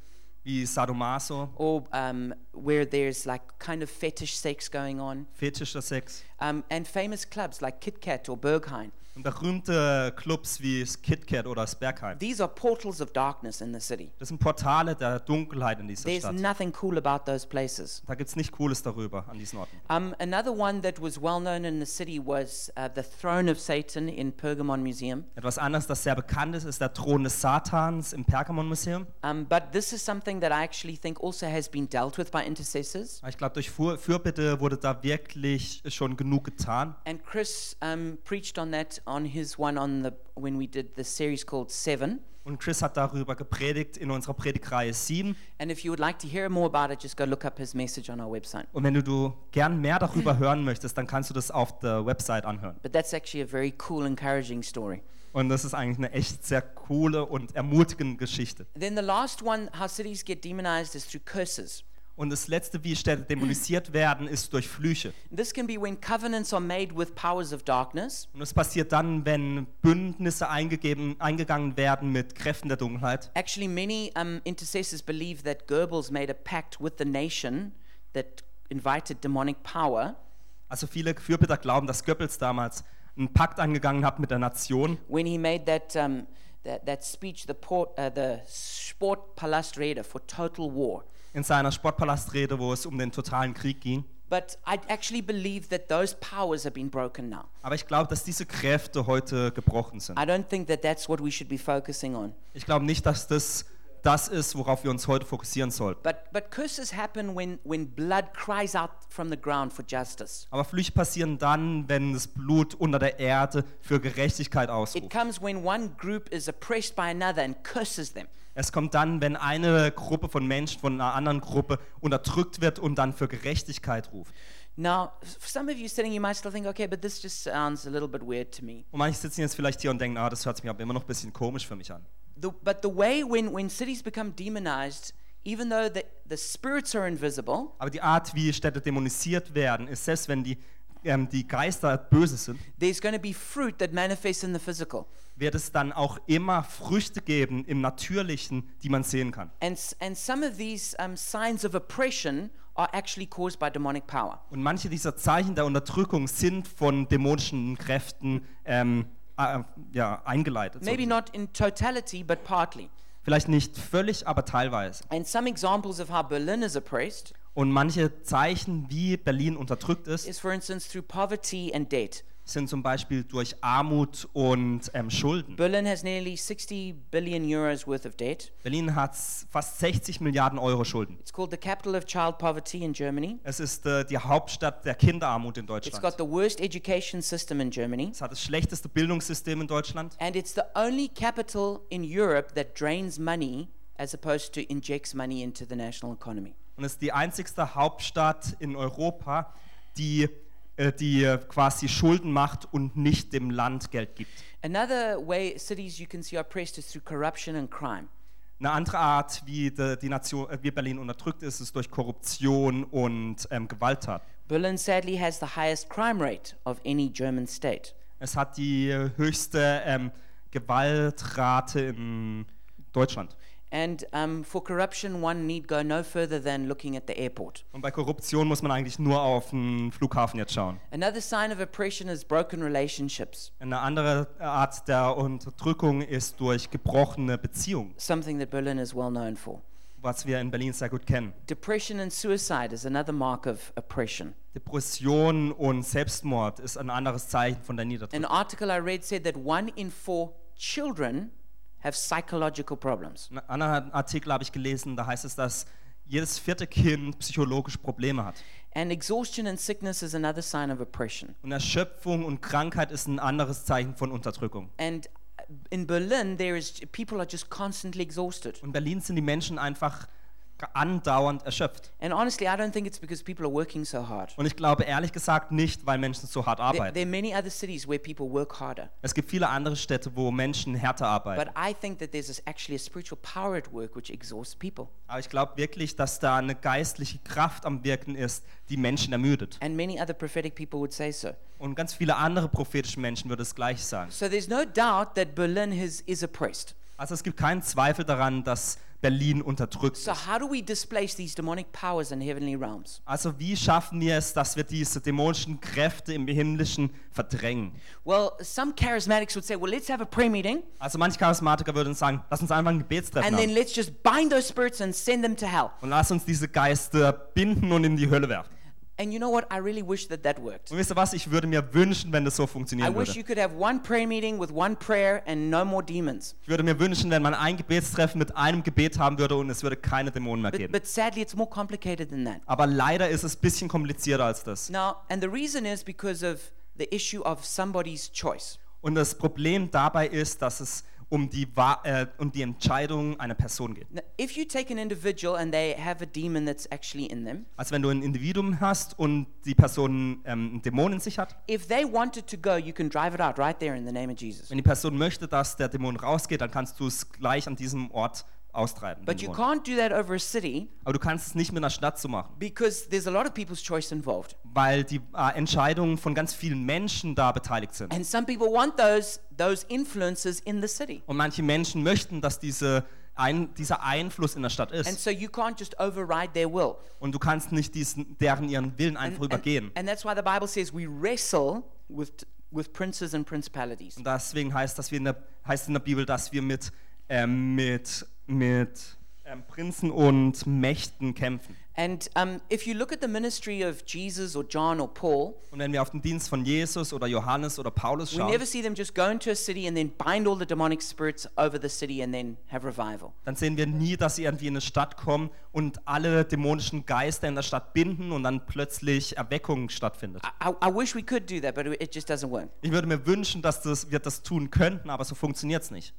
Speaker 2: wie Sadomaso,
Speaker 1: or um, where there's like kind of fetish sex going on,
Speaker 2: fetischer Sex
Speaker 1: um, and famous clubs like Kit Kat or Berghain.
Speaker 2: und berühmte Clubs wie das Kit Kat oder das Bergheim.
Speaker 1: These are portals of darkness in the city.
Speaker 2: Das sind Portale der Dunkelheit in dieser
Speaker 1: There's
Speaker 2: Stadt.
Speaker 1: nothing cool about those places.
Speaker 2: Da gibt es nichts Cooles darüber an diesen Orten.
Speaker 1: Um, another one that was well known in the city was uh, the Throne of Satan in Pergamon Museum.
Speaker 2: Etwas anderes, das sehr bekannt ist, ist der Thron des Satans im Pergamon-Museum.
Speaker 1: Um, but this is something that I actually think also has been dealt with by intercessors.
Speaker 2: Aber Ich glaube, durch Fur- Fürbitte wurde da wirklich schon genug getan.
Speaker 1: And Chris um, preached on that on his one on the when we did the series called Seven.
Speaker 2: Und Chris hat darüber gepredigt in unserer Predigtreihe 7.
Speaker 1: And if you would like to hear more about it, just go look up his message on our website.
Speaker 2: Und wenn du, du gern mehr darüber hören möchtest, dann kannst du das auf der Website anhören.
Speaker 1: But that's actually a very cool, encouraging story.
Speaker 2: Und das ist eigentlich eine echt sehr coole und ermutigende Geschichte.
Speaker 1: Then the last one, how cities get demonized, is through curses.
Speaker 2: Und das Letzte, wie Städte dämonisiert werden, ist durch Flüche.
Speaker 1: This can be when covenants are made with powers of darkness,
Speaker 2: Und das passiert dann, wenn Bündnisse eingegeben, eingegangen werden mit Kräften der Dunkelheit.
Speaker 1: Actually, many um, intercessors believe that Goebbels made a pact with the nation that invited demonic power
Speaker 2: Also viele Fürbitter glauben, dass Goebbels damals einen Pakt eingegangen hat mit der Nation,
Speaker 1: when he made that, um, that, that speech, the, port, uh, the Sport Palastreda for total war.
Speaker 2: in seiner Sportpalastrede, wo es um den totalen Krieg ging.
Speaker 1: But I actually believe that those powers have been broken now.
Speaker 2: Aber ich glaube, dass diese Kräfte heute gebrochen sind.
Speaker 1: I don't think that that's what we should be focusing on.
Speaker 2: Ich glaube nicht, dass das das ist, worauf wir uns heute fokussieren sollten.
Speaker 1: But, but curses happen when, when blood cries out from the ground for justice.
Speaker 2: Aber Flüche passieren dann, wenn das Blut unter der Erde für Gerechtigkeit
Speaker 1: It
Speaker 2: ausruft.
Speaker 1: comes when one group is oppressed by another and curses them.
Speaker 2: Es kommt dann, wenn eine Gruppe von Menschen von einer anderen Gruppe unterdrückt wird und dann für Gerechtigkeit ruft.
Speaker 1: Now, for some of you sitting, you might still think, okay, but this just sounds a little bit weird to me.
Speaker 2: Und manche sitzen jetzt vielleicht hier und denken, ah, das hört sich aber immer noch ein bisschen komisch für mich an.
Speaker 1: The, but the way when, when cities become demonized, even though the, the spirits are invisible,
Speaker 2: Aber die Art, wie Städte dämonisiert werden, ist selbst wenn die, ähm, die Geister böse sind,
Speaker 1: there's going to be fruit that manifests in the physical.
Speaker 2: wird es dann auch immer Früchte geben im Natürlichen, die man sehen kann.
Speaker 1: And, s- and some of these um, signs of oppression are actually caused by demonic power.
Speaker 2: Und manche dieser Zeichen der Unterdrückung sind von dämonischen Kräften ähm, äh, ja, eingeleitet.
Speaker 1: Maybe
Speaker 2: sozusagen.
Speaker 1: not in totality, but partly.
Speaker 2: Vielleicht nicht völlig, aber teilweise.
Speaker 1: And some examples of how Berlin is oppressed
Speaker 2: Und manche Zeichen, wie Berlin unterdrückt ist,
Speaker 1: is, for instance, through poverty and debt.
Speaker 2: sind zum Beispiel durch Armut und ähm, Schulden.
Speaker 1: Berlin has nearly 60 billion euros worth of debt.
Speaker 2: Berlin hat s- fast 60 Milliarden Euro Schulden.
Speaker 1: It's called the capital of child poverty in Germany.
Speaker 2: Es ist äh, die Hauptstadt der Kinderarmut in
Speaker 1: It's
Speaker 2: Deutschland.
Speaker 1: got the worst education system in Germany.
Speaker 2: Es hat das schlechteste Bildungssystem in Deutschland.
Speaker 1: And it's the only capital in Europe that drains money as opposed to injects money into the national economy.
Speaker 2: Und es ist die einzigste Hauptstadt in Europa, die, äh, die äh, quasi Schulden macht und nicht dem Land Geld gibt.
Speaker 1: Another way cities you can see are oppressed is through corruption and crime.
Speaker 2: Eine andere Art, wie, de, die Nation, äh, wie Berlin unterdrückt ist, ist durch Korruption und ähm, Gewalttat.
Speaker 1: Berlin sadly has the highest crime rate of any German state.
Speaker 2: Es hat die äh, höchste ähm, Gewaltrate in Deutschland.
Speaker 1: And um, for corruption, one need go no further than looking at the airport.
Speaker 2: Und bei Korruption muss man eigentlich nur auf den Flughafen jetzt schauen.
Speaker 1: Another sign of oppression is broken relationships,
Speaker 2: Eine andere Art der Unterdrückung ist durch gebrochene Beziehungen,
Speaker 1: something that Berlin is well known for.
Speaker 2: was wir in Berlin sehr gut kennen.
Speaker 1: Depression and suicide is another mark of oppression.
Speaker 2: Depression und Selbstmord ist ein anderes Zeichen von der
Speaker 1: An
Speaker 2: Niederdrückung.
Speaker 1: article I read said that one in four children have psychological problems.
Speaker 2: Einen anderen Artikel habe ich gelesen, da heißt es, dass jedes vierte Kind psychologisch Probleme hat.
Speaker 1: And exhaustion and sickness is another sign of oppression.
Speaker 2: Und Erschöpfung und Krankheit ist ein anderes Zeichen von Unterdrückung.
Speaker 1: And uh, in Berlin, there is people are just constantly exhausted.
Speaker 2: Und in Berlin sind die Menschen einfach andauernd erschöpft.
Speaker 1: And honestly, I don't think it's because people are working so hard.
Speaker 2: Und ich glaube ehrlich gesagt nicht, weil Menschen so hart
Speaker 1: There,
Speaker 2: arbeiten.
Speaker 1: there are many other cities where people work harder.
Speaker 2: Es gibt viele andere Städte, wo Menschen härter arbeiten.
Speaker 1: But I think that there's this- actually a spiritual power at work which exhausts people.
Speaker 2: Aber ich glaube wirklich, dass da eine geistliche Kraft am Wirken ist, die Menschen ermüdet.
Speaker 1: And many other prophetic people would say so.
Speaker 2: Und ganz viele andere prophetische Menschen würden es gleich sagen.
Speaker 1: So there's no doubt that Berlin has, is oppressed.
Speaker 2: Also es gibt keinen Zweifel daran, dass Berlin unterdrückt
Speaker 1: So,
Speaker 2: ist.
Speaker 1: how do we displace these demonic powers in heavenly realms?
Speaker 2: Also wie schaffen wir es, dass wir diese dämonischen Kräfte im Himmlischen verdrängen?
Speaker 1: Well, some charismatics would say, well, let's have a prayer meeting
Speaker 2: Also manch Charismatiker würden sagen, lass uns einfach ein Gebetstreffen
Speaker 1: and then
Speaker 2: haben
Speaker 1: let's just bind those spirits and send them to hell.
Speaker 2: und lass uns diese Geister binden und in die Hölle werfen.
Speaker 1: And you know what? I really wish that that worked.
Speaker 2: Und wisst ihr was, ich würde mir wünschen, wenn das so
Speaker 1: I
Speaker 2: funktionieren
Speaker 1: wish
Speaker 2: würde.
Speaker 1: you could have one prayer meeting with one prayer and no more demons.
Speaker 2: Ich würde mir wünschen, wenn man ein Gebetstreffen mit einem Gebet haben würde und es würde keine Dämonen mehr
Speaker 1: But,
Speaker 2: geben.
Speaker 1: but sadly, it's more complicated than that.
Speaker 2: Aber leider ist es ein bisschen komplizierter als das.
Speaker 1: Now, and the reason is because of the issue of somebody's choice.
Speaker 2: Und das Problem dabei ist, dass es um die, Wa- äh, um die Entscheidung einer Person geht.
Speaker 1: Now, if you take an individual and they have a demon that's actually in them,
Speaker 2: Also wenn du ein Individuum hast und die Person ähm, einen Dämon in sich hat,
Speaker 1: if they wanted to go, you can drive it out right there in the name of Jesus.
Speaker 2: wenn die Person möchte, dass der Dämon rausgeht, dann kannst du es gleich an diesem Ort austreiben. den
Speaker 1: But you
Speaker 2: Dämon.
Speaker 1: can't do that over a city
Speaker 2: Aber du kannst es nicht mit einer Stadt so machen,
Speaker 1: because there's a lot of people's choice involved.
Speaker 2: weil die äh, Entscheidungen von ganz vielen Menschen da beteiligt sind.
Speaker 1: And some people want those those influences in the city.
Speaker 2: Und manche Menschen möchten, dass diese ein, dieser Einfluss in der Stadt
Speaker 1: And
Speaker 2: ist.
Speaker 1: so you can't just override their will.
Speaker 2: Und du kannst nicht diesen, deren ihren Willen einfach
Speaker 1: And-
Speaker 2: übergehen.
Speaker 1: And that's why the Bible says we wrestle with with princes and principalities.
Speaker 2: Und deswegen heißt, dass wir in der, heißt in der Bibel, dass wir mit, ähm, mit, mit ähm, Prinzen und Mächten kämpfen.
Speaker 1: And um, if you look at the ministry of Jesus or John or Paul,
Speaker 2: Und wenn wir auf den Dienst von Jesus oder Johannes oder Paulus
Speaker 1: we
Speaker 2: schauen,
Speaker 1: never see them just go into a city and then bind all the demonic spirits over the city and then have revival.
Speaker 2: dann sehen wir nie, dass sie irgendwie in eine Stadt kommen und alle dämonischen Geister in der Stadt binden und dann plötzlich Erweckung stattfindet.
Speaker 1: I, I- I wish we could do that, but it just doesn't work.
Speaker 2: Ich würde mir wünschen, dass das, wir das tun könnten, aber so funktioniert es nicht.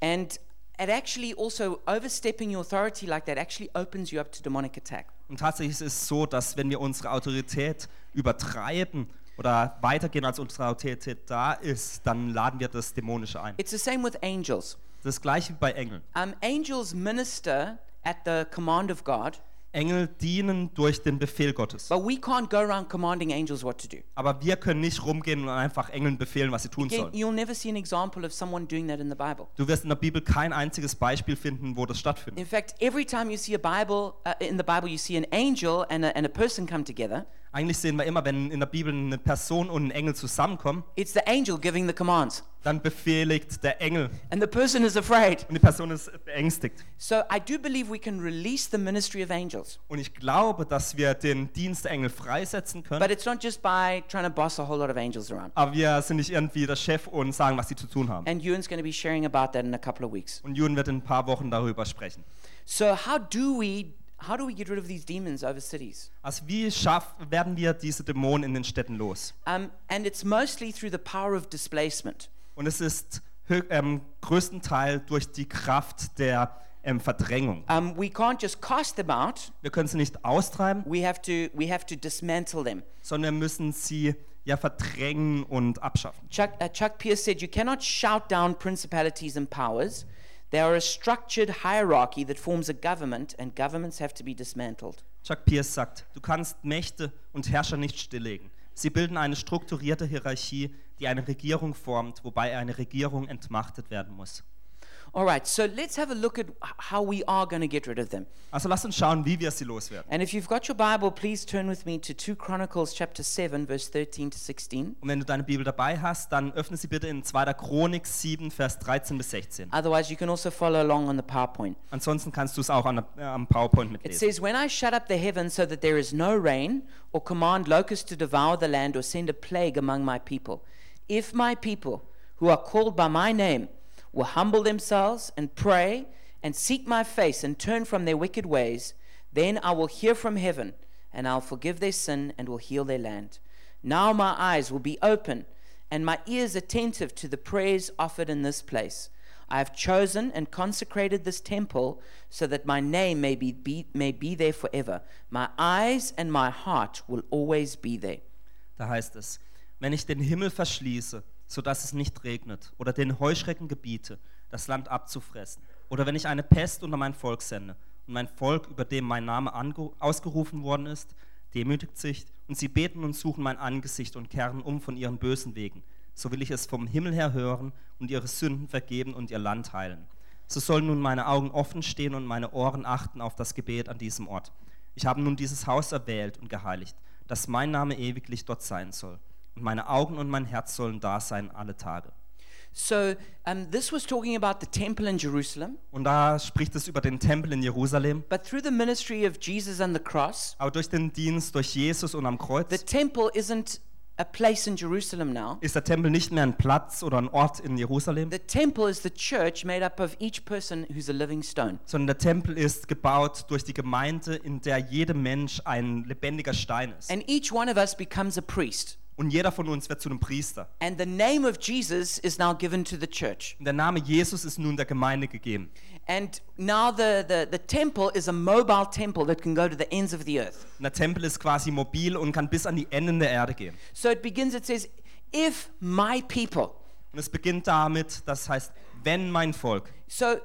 Speaker 1: And it actually also overstepping your authority like that actually opens you up to demonic attack.
Speaker 2: Und tatsächlich ist es so, dass wenn wir unsere Autorität übertreiben oder weitergehen, als unsere Autorität da ist, dann laden wir das Dämonische ein.
Speaker 1: It's the same with angels.
Speaker 2: Das gleiche wie bei Engeln.
Speaker 1: Um, angels minister at the command of God,
Speaker 2: Engel dienen durch den Befehl Gottes.
Speaker 1: but we can't go around commanding angels what to do.
Speaker 2: Aber wir können nicht rumgehen und einfach Engeln befehlen, was sie tun
Speaker 1: Again,
Speaker 2: sollen.
Speaker 1: you'll never see an example of someone doing that in the Bible.
Speaker 2: Du wirst in der Bibel kein einziges Beispiel finden, wo das stattfindet.
Speaker 1: In fact, every time you see a Bible uh, in the Bible, you see an angel and a, and a person come together.
Speaker 2: Eigentlich sehen wir immer, wenn in der Bibel eine Person und ein Engel zusammenkommen,
Speaker 1: It's the angel giving the commands,
Speaker 2: dann befehligt der Engel
Speaker 1: and the person is afraid.
Speaker 2: und die Person ist beängstigt.
Speaker 1: So I do believe we can release the ministry of angels,
Speaker 2: Und ich glaube, dass wir den Dienst der Engel freisetzen können,
Speaker 1: but it's not just by trying to boss a whole lot of angels around.
Speaker 2: aber wir sind nicht irgendwie der Chef und sagen, was sie zu tun haben.
Speaker 1: And Ewan's going to be sharing about that in a couple of weeks.
Speaker 2: Und Juden wird in ein paar Wochen darüber sprechen.
Speaker 1: So how do we how do we get rid of these demons over cities?
Speaker 2: Also wie schaff, werden wir diese Dämonen in den Städten los?
Speaker 1: Um, and it's mostly through the power of displacement.
Speaker 2: Und es ist hö- ähm, größtenteils durch die Kraft der ähm, Verdrängung.
Speaker 1: Um, we can't just cast them out.
Speaker 2: Wir können sie nicht austreiben,
Speaker 1: We have to we have to dismantle them.
Speaker 2: sondern müssen sie ja verdrängen und abschaffen.
Speaker 1: Chuck, uh, Chuck Pierce said, You cannot shout down principalities and powers. They are a structured hierarchy that forms a government, and governments have to be dismantled.
Speaker 2: Chuck Pierce sagt, du kannst Mächte und Herrscher nicht stilllegen. Sie bilden eine strukturierte Hierarchie, die eine Regierung formt, wobei eine Regierung entmachtet werden muss.
Speaker 1: All right, so let's have a look at h- how we are going to get rid of them.
Speaker 2: Also lasst uns schauen, wie wir sie loswerden.
Speaker 1: And if you've got your Bible, please turn with me to 2 Chronicles chapter 7, verse 13 to 16.
Speaker 2: Und wenn du deine Bibel dabei hast, dann öffne sie bitte in 2. Chronik 7, Vers 13 bis 16.
Speaker 1: Otherwise, you can also follow along on the PowerPoint.
Speaker 2: Ansonsten kannst du es auch an, der- äh, am PowerPoint
Speaker 1: It
Speaker 2: mitlesen.
Speaker 1: says, When I shut up the heaven so that there is no rain, or command locusts to devour the land, or send a plague among my people, if my people, who are called by my name, will humble themselves and pray and seek my face and turn from their wicked ways, then I will hear from heaven, and I'll forgive their sin and will heal their land. Now my eyes will be open, and my ears attentive to the prayers offered in this place. I have chosen and consecrated this temple so that my name may be, be, may be there forever. My eyes and my heart will always be there.
Speaker 2: Da heißt es, wenn ich den Himmel verschließe, sodass es nicht regnet, oder den Heuschrecken gebiete, das Land abzufressen, oder wenn ich eine Pest unter mein Volk sende, und mein Volk, über dem mein Name ange- ausgerufen worden ist, demütigt sich, und sie beten und suchen mein Angesicht und kehren um von ihren bösen Wegen, so will ich es vom Himmel her hören und ihre Sünden vergeben und ihr Land heilen. So sollen nun meine Augen offen stehen und meine Ohren achten auf das Gebet an diesem Ort. Ich habe nun dieses Haus erwählt und geheiligt, dass mein Name ewiglich dort sein soll. Und meine Augen und mein Herz sollen da sein alle Tage.
Speaker 1: So um, this was talking about the temple in Jerusalem,
Speaker 2: Und da spricht es über den Tempel in Jerusalem.
Speaker 1: but through the ministry of Jesus and the cross,
Speaker 2: Aber durch den Dienst, durch Jesus und am
Speaker 1: the
Speaker 2: Kreuz
Speaker 1: temple isn't a place in Jerusalem now.
Speaker 2: ist der Tempel nicht mehr ein Platz oder ein Ort in Jerusalem,
Speaker 1: The temple is the church made up of each person who's a living stone.
Speaker 2: sondern der Tempel ist gebaut durch die Gemeinde, in der jeder Mensch ein lebendiger Stein ist.
Speaker 1: And each one of us becomes a priest.
Speaker 2: Und jeder von uns wird zu einem Priester.
Speaker 1: And the name of Jesus is now given to the church.
Speaker 2: Und der Name Jesus ist nun der Gemeinde gegeben.
Speaker 1: And now the, the, the temple is a mobile temple that can go to the ends of the earth.
Speaker 2: Und der Tempel ist quasi mobil und kann bis an die Enden der Erde gehen.
Speaker 1: So it begins, it says, If my people.
Speaker 2: Und es beginnt damit, das heißt, wenn mein Volk.
Speaker 1: So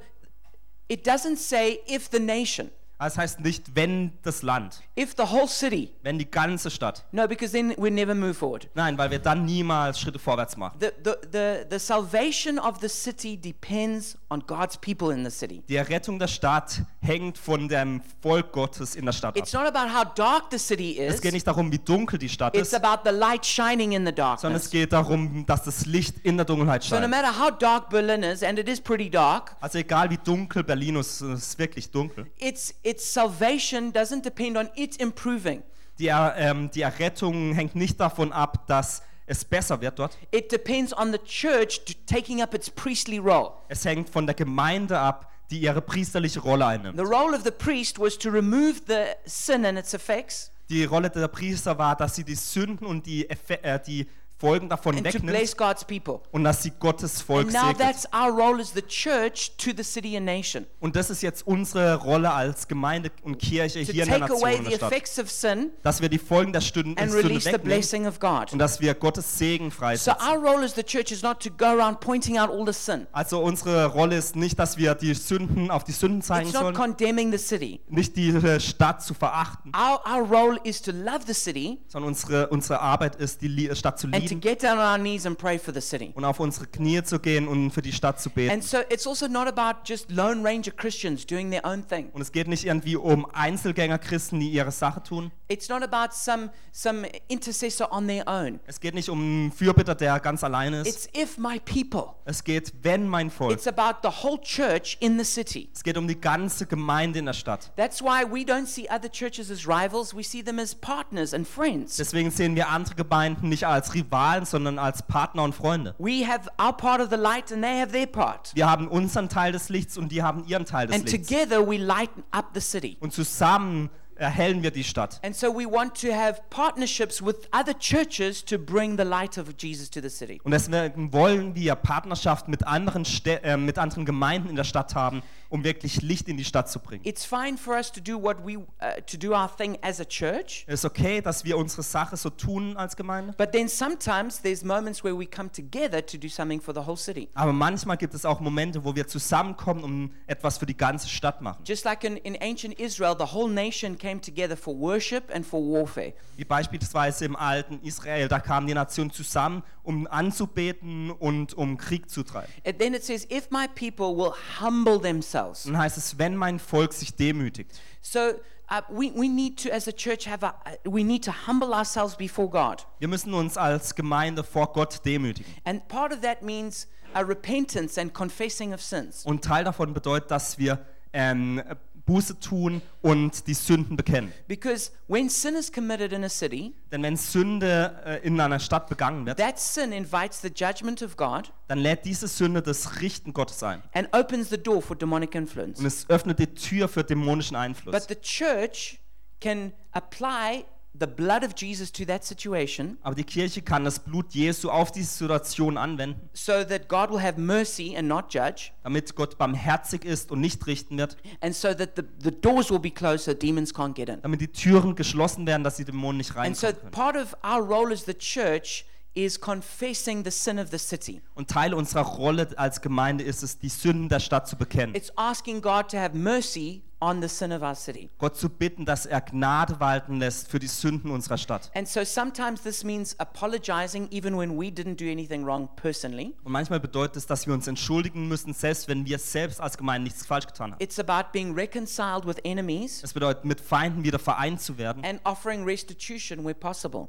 Speaker 1: it doesn't say if the nation,
Speaker 2: Das heißt nicht, wenn das Land,
Speaker 1: if the whole city.
Speaker 2: wenn die ganze Stadt.
Speaker 1: No, because then we never move forward.
Speaker 2: Nein, weil wir dann niemals Schritte vorwärts machen.
Speaker 1: The, the, the, the salvation of the city depends on God's people in the city.
Speaker 2: Die Errettung der Stadt hängt von dem Volk Gottes in der Stadt
Speaker 1: It's
Speaker 2: ab.
Speaker 1: not about how dark the city
Speaker 2: Es
Speaker 1: is.
Speaker 2: geht nicht darum, wie dunkel die Stadt
Speaker 1: It's
Speaker 2: ist,
Speaker 1: about the light shining in the
Speaker 2: sondern es
Speaker 1: darkness.
Speaker 2: geht darum, dass das Licht in der Dunkelheit
Speaker 1: So no
Speaker 2: scheint.
Speaker 1: matter how dark Berlin is, and it is pretty dark,
Speaker 2: Also egal wie dunkel Berlin ist, es ist wirklich dunkel.
Speaker 1: its its salvation doesn't depend on it improving.
Speaker 2: Die, Er- ähm, die Errettung hängt nicht davon ab, dass es besser wird dort.
Speaker 1: It depends on the church t- taking up its priestly role.
Speaker 2: Es hängt von der Gemeinde ab, die ihre priesterliche Rolle einnimmt.
Speaker 1: The role of the priest was to remove the sin and its effects
Speaker 2: Die Rolle der Priester war, dass sie die Sünden und die, Effe äh, die Folgen davon
Speaker 1: and to place
Speaker 2: wegnimmt
Speaker 1: God's people.
Speaker 2: und dass sie Gottes Volk
Speaker 1: And now
Speaker 2: segnet.
Speaker 1: that's our role as the church to the city and nation.
Speaker 2: Und das ist jetzt unsere Rolle als Gemeinde und Kirche
Speaker 1: To
Speaker 2: hier in der
Speaker 1: take
Speaker 2: Nation
Speaker 1: away
Speaker 2: und der
Speaker 1: the
Speaker 2: Stadt,
Speaker 1: effects of sin
Speaker 2: dass wir die Folgen der Sünden
Speaker 1: and
Speaker 2: Sünde
Speaker 1: release the
Speaker 2: wegnehmen
Speaker 1: blessing of
Speaker 2: und
Speaker 1: God.
Speaker 2: dass wir Gottes Segen
Speaker 1: So
Speaker 2: freisetzen.
Speaker 1: our role as the church is not to go around pointing out all the sin.
Speaker 2: Also unsere Rolle ist nicht, dass wir die Sünden auf die Sünden zeigen
Speaker 1: It's not
Speaker 2: sollen,
Speaker 1: condemning the city.
Speaker 2: nicht die äh, Stadt zu verachten,
Speaker 1: Our, our role is to love the city
Speaker 2: sondern unsere, unsere Arbeit ist, die Lie- Stadt zu
Speaker 1: and to
Speaker 2: lieben
Speaker 1: get down on our knees and pray for the city.
Speaker 2: und auf unsere Knie zu gehen und für die Stadt zu beten.
Speaker 1: And so it's also not about just Lone Ranger Christians doing their own thing.
Speaker 2: Und es geht nicht irgendwie um Einzelgänger-Christen, die ihre Sache tun.
Speaker 1: It's not about some, some intercessor on their own.
Speaker 2: Es geht nicht um einen Fürbitter, der ganz alleine ist.
Speaker 1: It's if my people.
Speaker 2: Es geht, wenn mein Volk.
Speaker 1: It's about the whole church in the city.
Speaker 2: Es geht um die ganze Gemeinde in der Stadt.
Speaker 1: That's why we don't see other churches as rivals, we see them as partners and friends.
Speaker 2: Deswegen sehen wir andere Gemeinden nicht als Rivalen, sondern als Partner und Freunde.
Speaker 1: We have our part of the light and they have their part.
Speaker 2: Wir haben unseren Teil des Lichts und die haben ihren Teil des
Speaker 1: And
Speaker 2: Lichts.
Speaker 1: together we lighten up the city.
Speaker 2: Und zusammen erhellen wir die Stadt.
Speaker 1: And so we want to have partnerships with other churches to bring the light of Jesus to the city.
Speaker 2: Und deswegen wollen wir Partnerschaft mit anderen, Stä äh, mit anderen Gemeinden in der Stadt haben, um wirklich Licht in die Stadt zu bringen.
Speaker 1: It's fine for us to do what we uh, to do our thing as a church,
Speaker 2: Es ist okay, dass wir unsere Sache so tun als Gemeinde.
Speaker 1: but then sometimes there's moments where we come together to do something for the whole city.
Speaker 2: Aber manchmal gibt es auch Momente, wo wir zusammenkommen, um etwas für die ganze Stadt machen.
Speaker 1: Just like in, in ancient Israel, the whole nation came together for worship and for warfare.
Speaker 2: Wie beispielsweise im alten Israel, da kamen die Nationen zusammen, um anzubeten und um Krieg zu treiben.
Speaker 1: And then it says, "If my people will humble themselves."
Speaker 2: Dann heißt es, wenn mein Volk sich demütigt.
Speaker 1: So uh, we, we need to, as a church, have a, uh, we need to humble ourselves before God.
Speaker 2: Wir müssen uns als Gemeinde vor Gott demütigen.
Speaker 1: And part of that means a repentance and confessing of sins.
Speaker 2: Und Teil davon bedeutet, dass wir ähm, Buße tun und die Sünden bekennen.
Speaker 1: Because when sin is committed in a city,
Speaker 2: Denn wenn Sünde äh, in einer Stadt begangen wird,
Speaker 1: that sin invites the judgment of God
Speaker 2: dann lädt diese Sünde das Richten Gottes ein.
Speaker 1: and opens the door for demonic
Speaker 2: Und
Speaker 1: influence.
Speaker 2: es öffnet die Tür für dämonischen Einfluss.
Speaker 1: But the church can apply the blood of Jesus to that situation
Speaker 2: Aber die Kirche kann das Blut Jesu auf diese Situation anwenden,
Speaker 1: so that God will have mercy and not judge,
Speaker 2: damit Gott barmherzig ist und nicht richten wird,
Speaker 1: and so that the, the doors will be closed so demons can't get in.
Speaker 2: damit die Türen geschlossen werden, dass die Dämonen nicht
Speaker 1: And so
Speaker 2: reinkommen können.
Speaker 1: part of our role as the church is confessing the sin of the city.
Speaker 2: Und Teil unserer Rolle als Gemeinde ist es, die Sünden der Stadt zu bekennen.
Speaker 1: It's asking God to have mercy on the sin of our city.
Speaker 2: Gott zu bitten, dass er Gnade walten lässt für die Sünden unserer Stadt.
Speaker 1: And so sometimes this means apologizing even when we didn't do anything wrong personally.
Speaker 2: Und manchmal bedeutet es, dass wir uns entschuldigen müssen, selbst wenn wir selbst als Gemeinde nichts falsch getan haben.
Speaker 1: It's about being reconciled with enemies
Speaker 2: Es bedeutet, mit Feinden wieder vereint zu werden
Speaker 1: and offering restitution where possible.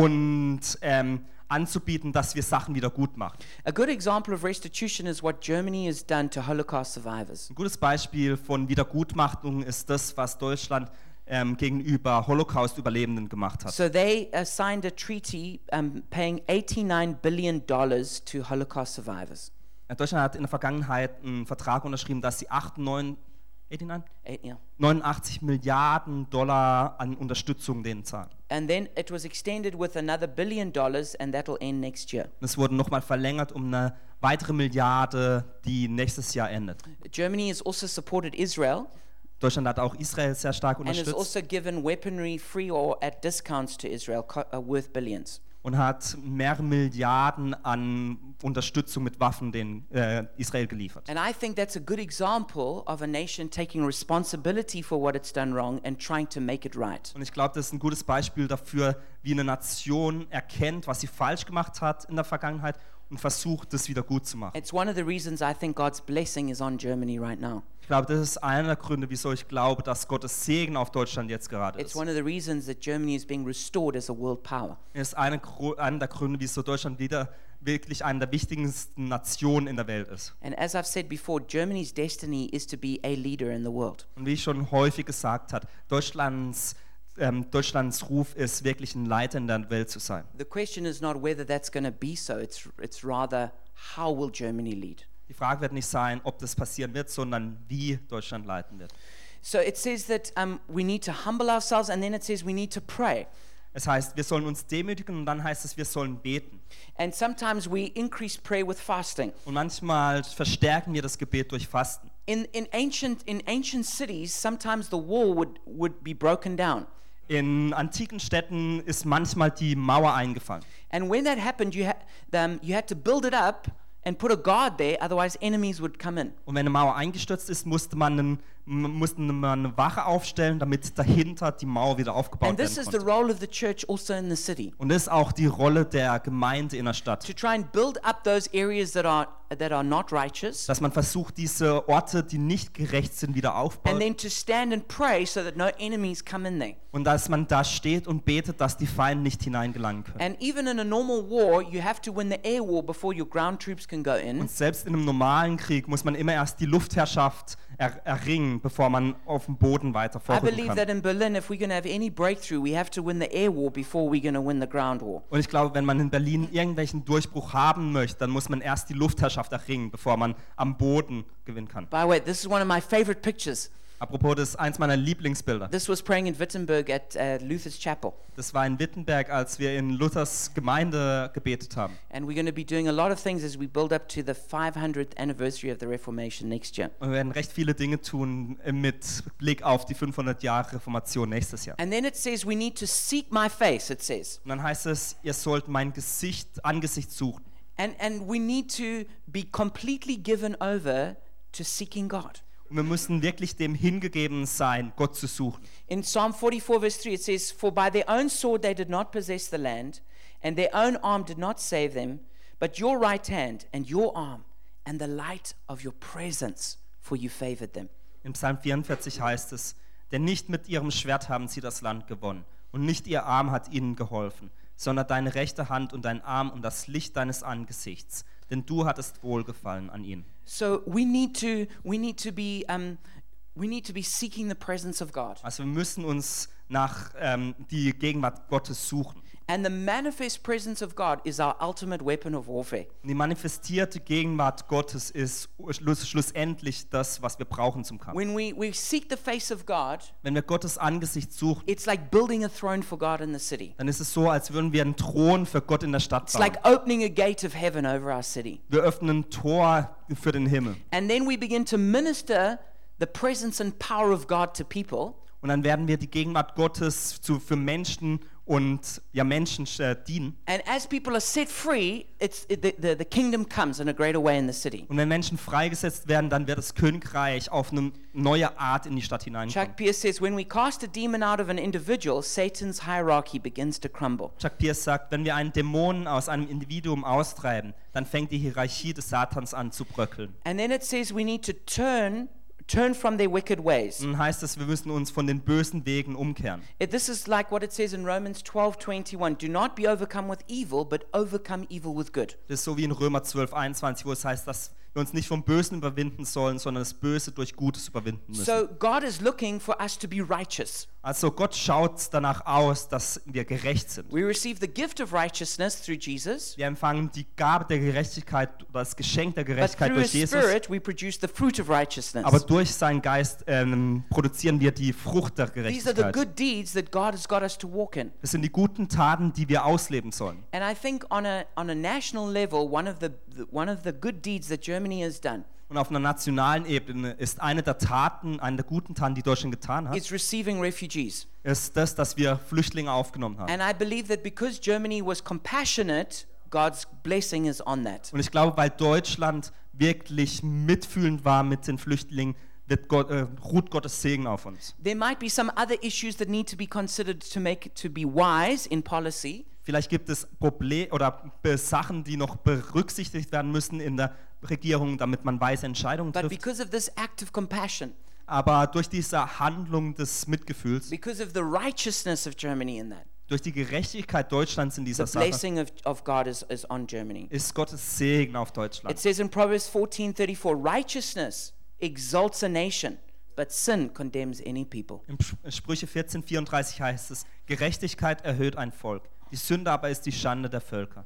Speaker 2: und ähm, anzubieten, dass wir Sachen wieder gut machen.
Speaker 1: A good example of restitution is what Germany has done to Holocaust survivors.
Speaker 2: Ein gutes Beispiel von Wiedergutmachtung ist das, was Deutschland ähm, gegenüber Holocaust-Überlebenden gemacht hat.
Speaker 1: So they uh, signed a treaty um, paying $89 billion to Holocaust survivors.
Speaker 2: Ja, Deutschland hat in der Vergangenheit einen Vertrag unterschrieben, dass sie 89, 89,
Speaker 1: Eh, yeah.
Speaker 2: 89 Milliarden Dollar an Unterstützung denen zahlen.
Speaker 1: And then it was extended with another billion dollars, and that'll end next year.
Speaker 2: Und es wurde nochmal verlängert um eine weitere Milliarde, die nächstes Jahr endet.
Speaker 1: Germany has also supported Israel
Speaker 2: Deutschland hat auch Israel sehr stark
Speaker 1: and has
Speaker 2: unterstützt
Speaker 1: also given weaponry free or at discounts to Israel co- uh, worth billions.
Speaker 2: und hat mehrere Milliarden an Unterstützung mit Waffen den äh, Israel geliefert.
Speaker 1: And I think that's a good example of a nation taking responsibility for what it's done wrong and trying to make it right.
Speaker 2: Und ich glaube, das ist ein gutes Beispiel dafür, wie eine Nation erkennt, was sie falsch gemacht hat in der Vergangenheit und versucht, das wieder gut zu machen.
Speaker 1: It's one of the reasons I think God's blessing is on Germany right now.
Speaker 2: Ich glaube, das ist einer der Gründe, wieso ich glaube, dass Gottes Segen auf Deutschland jetzt gerade
Speaker 1: It's
Speaker 2: ist.
Speaker 1: one of the reasons that Germany is being restored as a world power.
Speaker 2: Es ist einer, Gru- einer der Gründe, wieso Deutschland wieder wirklich eine der wichtigsten Nationen in der Welt ist.
Speaker 1: And as I've said before, Germany's destiny is to be a leader in the world.
Speaker 2: Und wie ich schon häufig gesagt habe, Deutschlands, ähm, Deutschlands Ruf ist wirklich ein Leiter in der Welt zu sein.
Speaker 1: The question is not whether that's going to be so, it's, it's rather how will Germany lead?
Speaker 2: Die Frage wird nicht sein, ob das passieren wird, sondern wie Deutschland leiten wird.
Speaker 1: So it says that um, we need to humble ourselves, and then it says we need to pray.
Speaker 2: Es heißt, wir sollen uns demütigen und dann heißt es, wir sollen beten.
Speaker 1: And sometimes we increase prayer with fasting.
Speaker 2: Und manchmal verstärken wir das Gebet durch Fasten.
Speaker 1: In, in, ancient, in ancient cities, sometimes the wall would, would be broken down.
Speaker 2: In antiken Städten ist manchmal die Mauer eingefallen.
Speaker 1: And when that happened, you, ha- um, you had to build it up and put a guard there, otherwise, enemies would come in.
Speaker 2: Und wenn eine Mauer eingestürzt ist, musste man, einen, m- musste man eine Wache aufstellen, damit dahinter die Mauer wieder aufgebaut
Speaker 1: And this
Speaker 2: werden
Speaker 1: is the
Speaker 2: konnte.
Speaker 1: role of the church also in the city
Speaker 2: Und das ist auch die Rolle der Gemeinde in der Stadt,
Speaker 1: to try and build up those areas that are, that are not righteous.
Speaker 2: dass man versucht, diese Orte, die nicht gerecht sind, wieder
Speaker 1: and
Speaker 2: aufbaut
Speaker 1: then to stand and pray so that no enemies come in there.
Speaker 2: und dass man da steht und betet, dass die Feinde nicht hineingelangen können.
Speaker 1: And even in a normal war, you have to win the air war before your ground troops can go in.
Speaker 2: Und selbst in einem normalen Krieg muss man immer erst die Luftherrschaft er erringen, bevor man auf dem Boden weiter
Speaker 1: I
Speaker 2: vorrücken
Speaker 1: believe that
Speaker 2: kann.
Speaker 1: in Berlin, if we're going to have any breakthrough, we have to win the air war before we're going to win the ground war.
Speaker 2: Und ich glaube, wenn man in Berlin irgendwelchen Durchbruch haben möchte, dann muss man erst die Luftherrschaft erringen, bevor man am Boden gewinnen kann.
Speaker 1: By the way, this is one of my favorite pictures.
Speaker 2: Apropos, das ist eins meiner Lieblingsbilder.
Speaker 1: This was praying in Wittenberg at uh, Luther's Chapel.
Speaker 2: Das war in Wittenberg, als wir in Luthers Gemeinde gebetet haben.
Speaker 1: And we're going to be doing a lot of things as we build up to the 500th anniversary of the Reformation next year.
Speaker 2: Und wir werden recht viele Dinge tun äh, mit Blick auf die 500 Jahre Reformation nächstes Jahr.
Speaker 1: And then it says, We need to seek my face, it says.
Speaker 2: Und dann heißt es, ihr sollt mein Gesicht, Angesicht suchen.
Speaker 1: And, and we need to be completely given over to seeking God.
Speaker 2: Und wir müssen wirklich dem hingegeben sein, Gott zu suchen.
Speaker 1: In Psalm 44, verse 3, it says, For by their own sword they did not possess the land, and their own arm did not save them, but your right hand and your arm and the light of your presence, for you favored them.
Speaker 2: Im Psalm 44 heißt es, denn nicht mit ihrem Schwert haben sie das Land gewonnen und nicht ihr Arm hat ihnen geholfen, sondern deine rechte Hand und dein Arm und das Licht deines Angesichts, denn du hattest Wohlgefallen an ihnen.
Speaker 1: So we need to, we need to be. Um, we need to be seeking the presence of God.
Speaker 2: Also wir müssen uns nach ähm, die Gegenwart Gottes suchen.
Speaker 1: And the manifest presence of God is our ultimate weapon of warfare.
Speaker 2: Und die manifestierte Gegenwart Gottes ist schluss, schlussendlich das, was wir brauchen zum Kampf.
Speaker 1: When we, we seek the face of God,
Speaker 2: Wenn wir Gottes Angesicht suchen,
Speaker 1: it's like building a throne for God in the city.
Speaker 2: dann ist es so, als würden wir einen Thron für Gott in der Stadt
Speaker 1: It's
Speaker 2: bauen.
Speaker 1: like opening a gate of heaven over our city.
Speaker 2: Wir öffnen ein Tor für den Himmel.
Speaker 1: And then we begin to minister the presence and power of God to people.
Speaker 2: Und dann werden wir die Gegenwart Gottes zu, für Menschen und ja, Menschen äh, dienen.
Speaker 1: And as people are set free, it's, it, the, the, the kingdom comes in a greater way in the city.
Speaker 2: Und wenn Menschen freigesetzt werden, dann wird das Königreich auf eine neue Art in die Stadt hineinkommen.
Speaker 1: Chuck Pierce Mm-hmm. says, when we cast a demon out of an individual, Satan's hierarchy begins to crumble.
Speaker 2: Chuck Pierce sagt, wenn wir einen Dämonen aus einem Individuum austreiben, dann fängt die Hierarchie des Satans an zu bröckeln.
Speaker 1: And then it says we need to turn, turn from their wicked ways.
Speaker 2: Dann heißt es, wir müssen uns von den bösen Wegen umkehren.
Speaker 1: It- This is like what it says in Romans 12:21. Do not be overcome with evil, but overcome evil with good.
Speaker 2: Das ist so wie in Römer 12, 21, wo es heißt, dass wir uns nicht vom Bösen überwinden sollen, sondern das Böse durch Gutes überwinden müssen.
Speaker 1: So God is looking for us to be righteous.
Speaker 2: also Gott schaut danach aus, dass wir gerecht sind.
Speaker 1: We receive the gift of righteousness through Jesus,
Speaker 2: Wir empfangen die Gabe der Gerechtigkeit oder das Geschenk der
Speaker 1: but
Speaker 2: Gerechtigkeit
Speaker 1: through His
Speaker 2: durch Jesus.
Speaker 1: Spirit we produce the fruit of righteousness.
Speaker 2: Aber durch seinen Geist ähm, produzieren wir die Frucht der
Speaker 1: These are the
Speaker 2: Gerechtigkeit.
Speaker 1: good deeds that God has got us to walk in.
Speaker 2: Das sind die guten Taten, die wir ausleben sollen.
Speaker 1: And I think on a on a national level, one of the, the one of the good deeds that Germany has done
Speaker 2: Und auf einer nationalen Ebene ist eine der Taten, eine der guten Taten, die Deutschland getan hat,
Speaker 1: is receiving refugees.
Speaker 2: ist das, dass wir Flüchtlinge aufgenommen haben.
Speaker 1: And I believe that because Germany was compassionate, God's blessing is on that.
Speaker 2: Und ich glaube, weil Deutschland wirklich mitfühlend war mit den Flüchtlingen, wird Gott, äh, ruht Gottes Segen auf uns.
Speaker 1: There might be some other issues that need to be considered to make to be wise in policy,
Speaker 2: Vielleicht gibt es Probleme oder äh, Sachen, die noch berücksichtigt werden müssen in der Regierung, damit man weise Entscheidungen
Speaker 1: but
Speaker 2: trifft.
Speaker 1: because of this act of compassion,
Speaker 2: Aber durch diese Handlung des Mitgefühls,
Speaker 1: because of the righteousness of Germany in that,
Speaker 2: durch die Gerechtigkeit Deutschlands in
Speaker 1: the
Speaker 2: dieser Sache,
Speaker 1: blessing of, of God is, is on Germany.
Speaker 2: ist Gottes Segen auf
Speaker 1: It
Speaker 2: Deutschland.
Speaker 1: says in Proverbs 14:34, righteousness exalts a nation, but sin condemns any people.
Speaker 2: In Pr- Sprüche 14, 34 heißt es, Gerechtigkeit erhöht ein Volk. Die Sünde aber ist die Schande der Völker.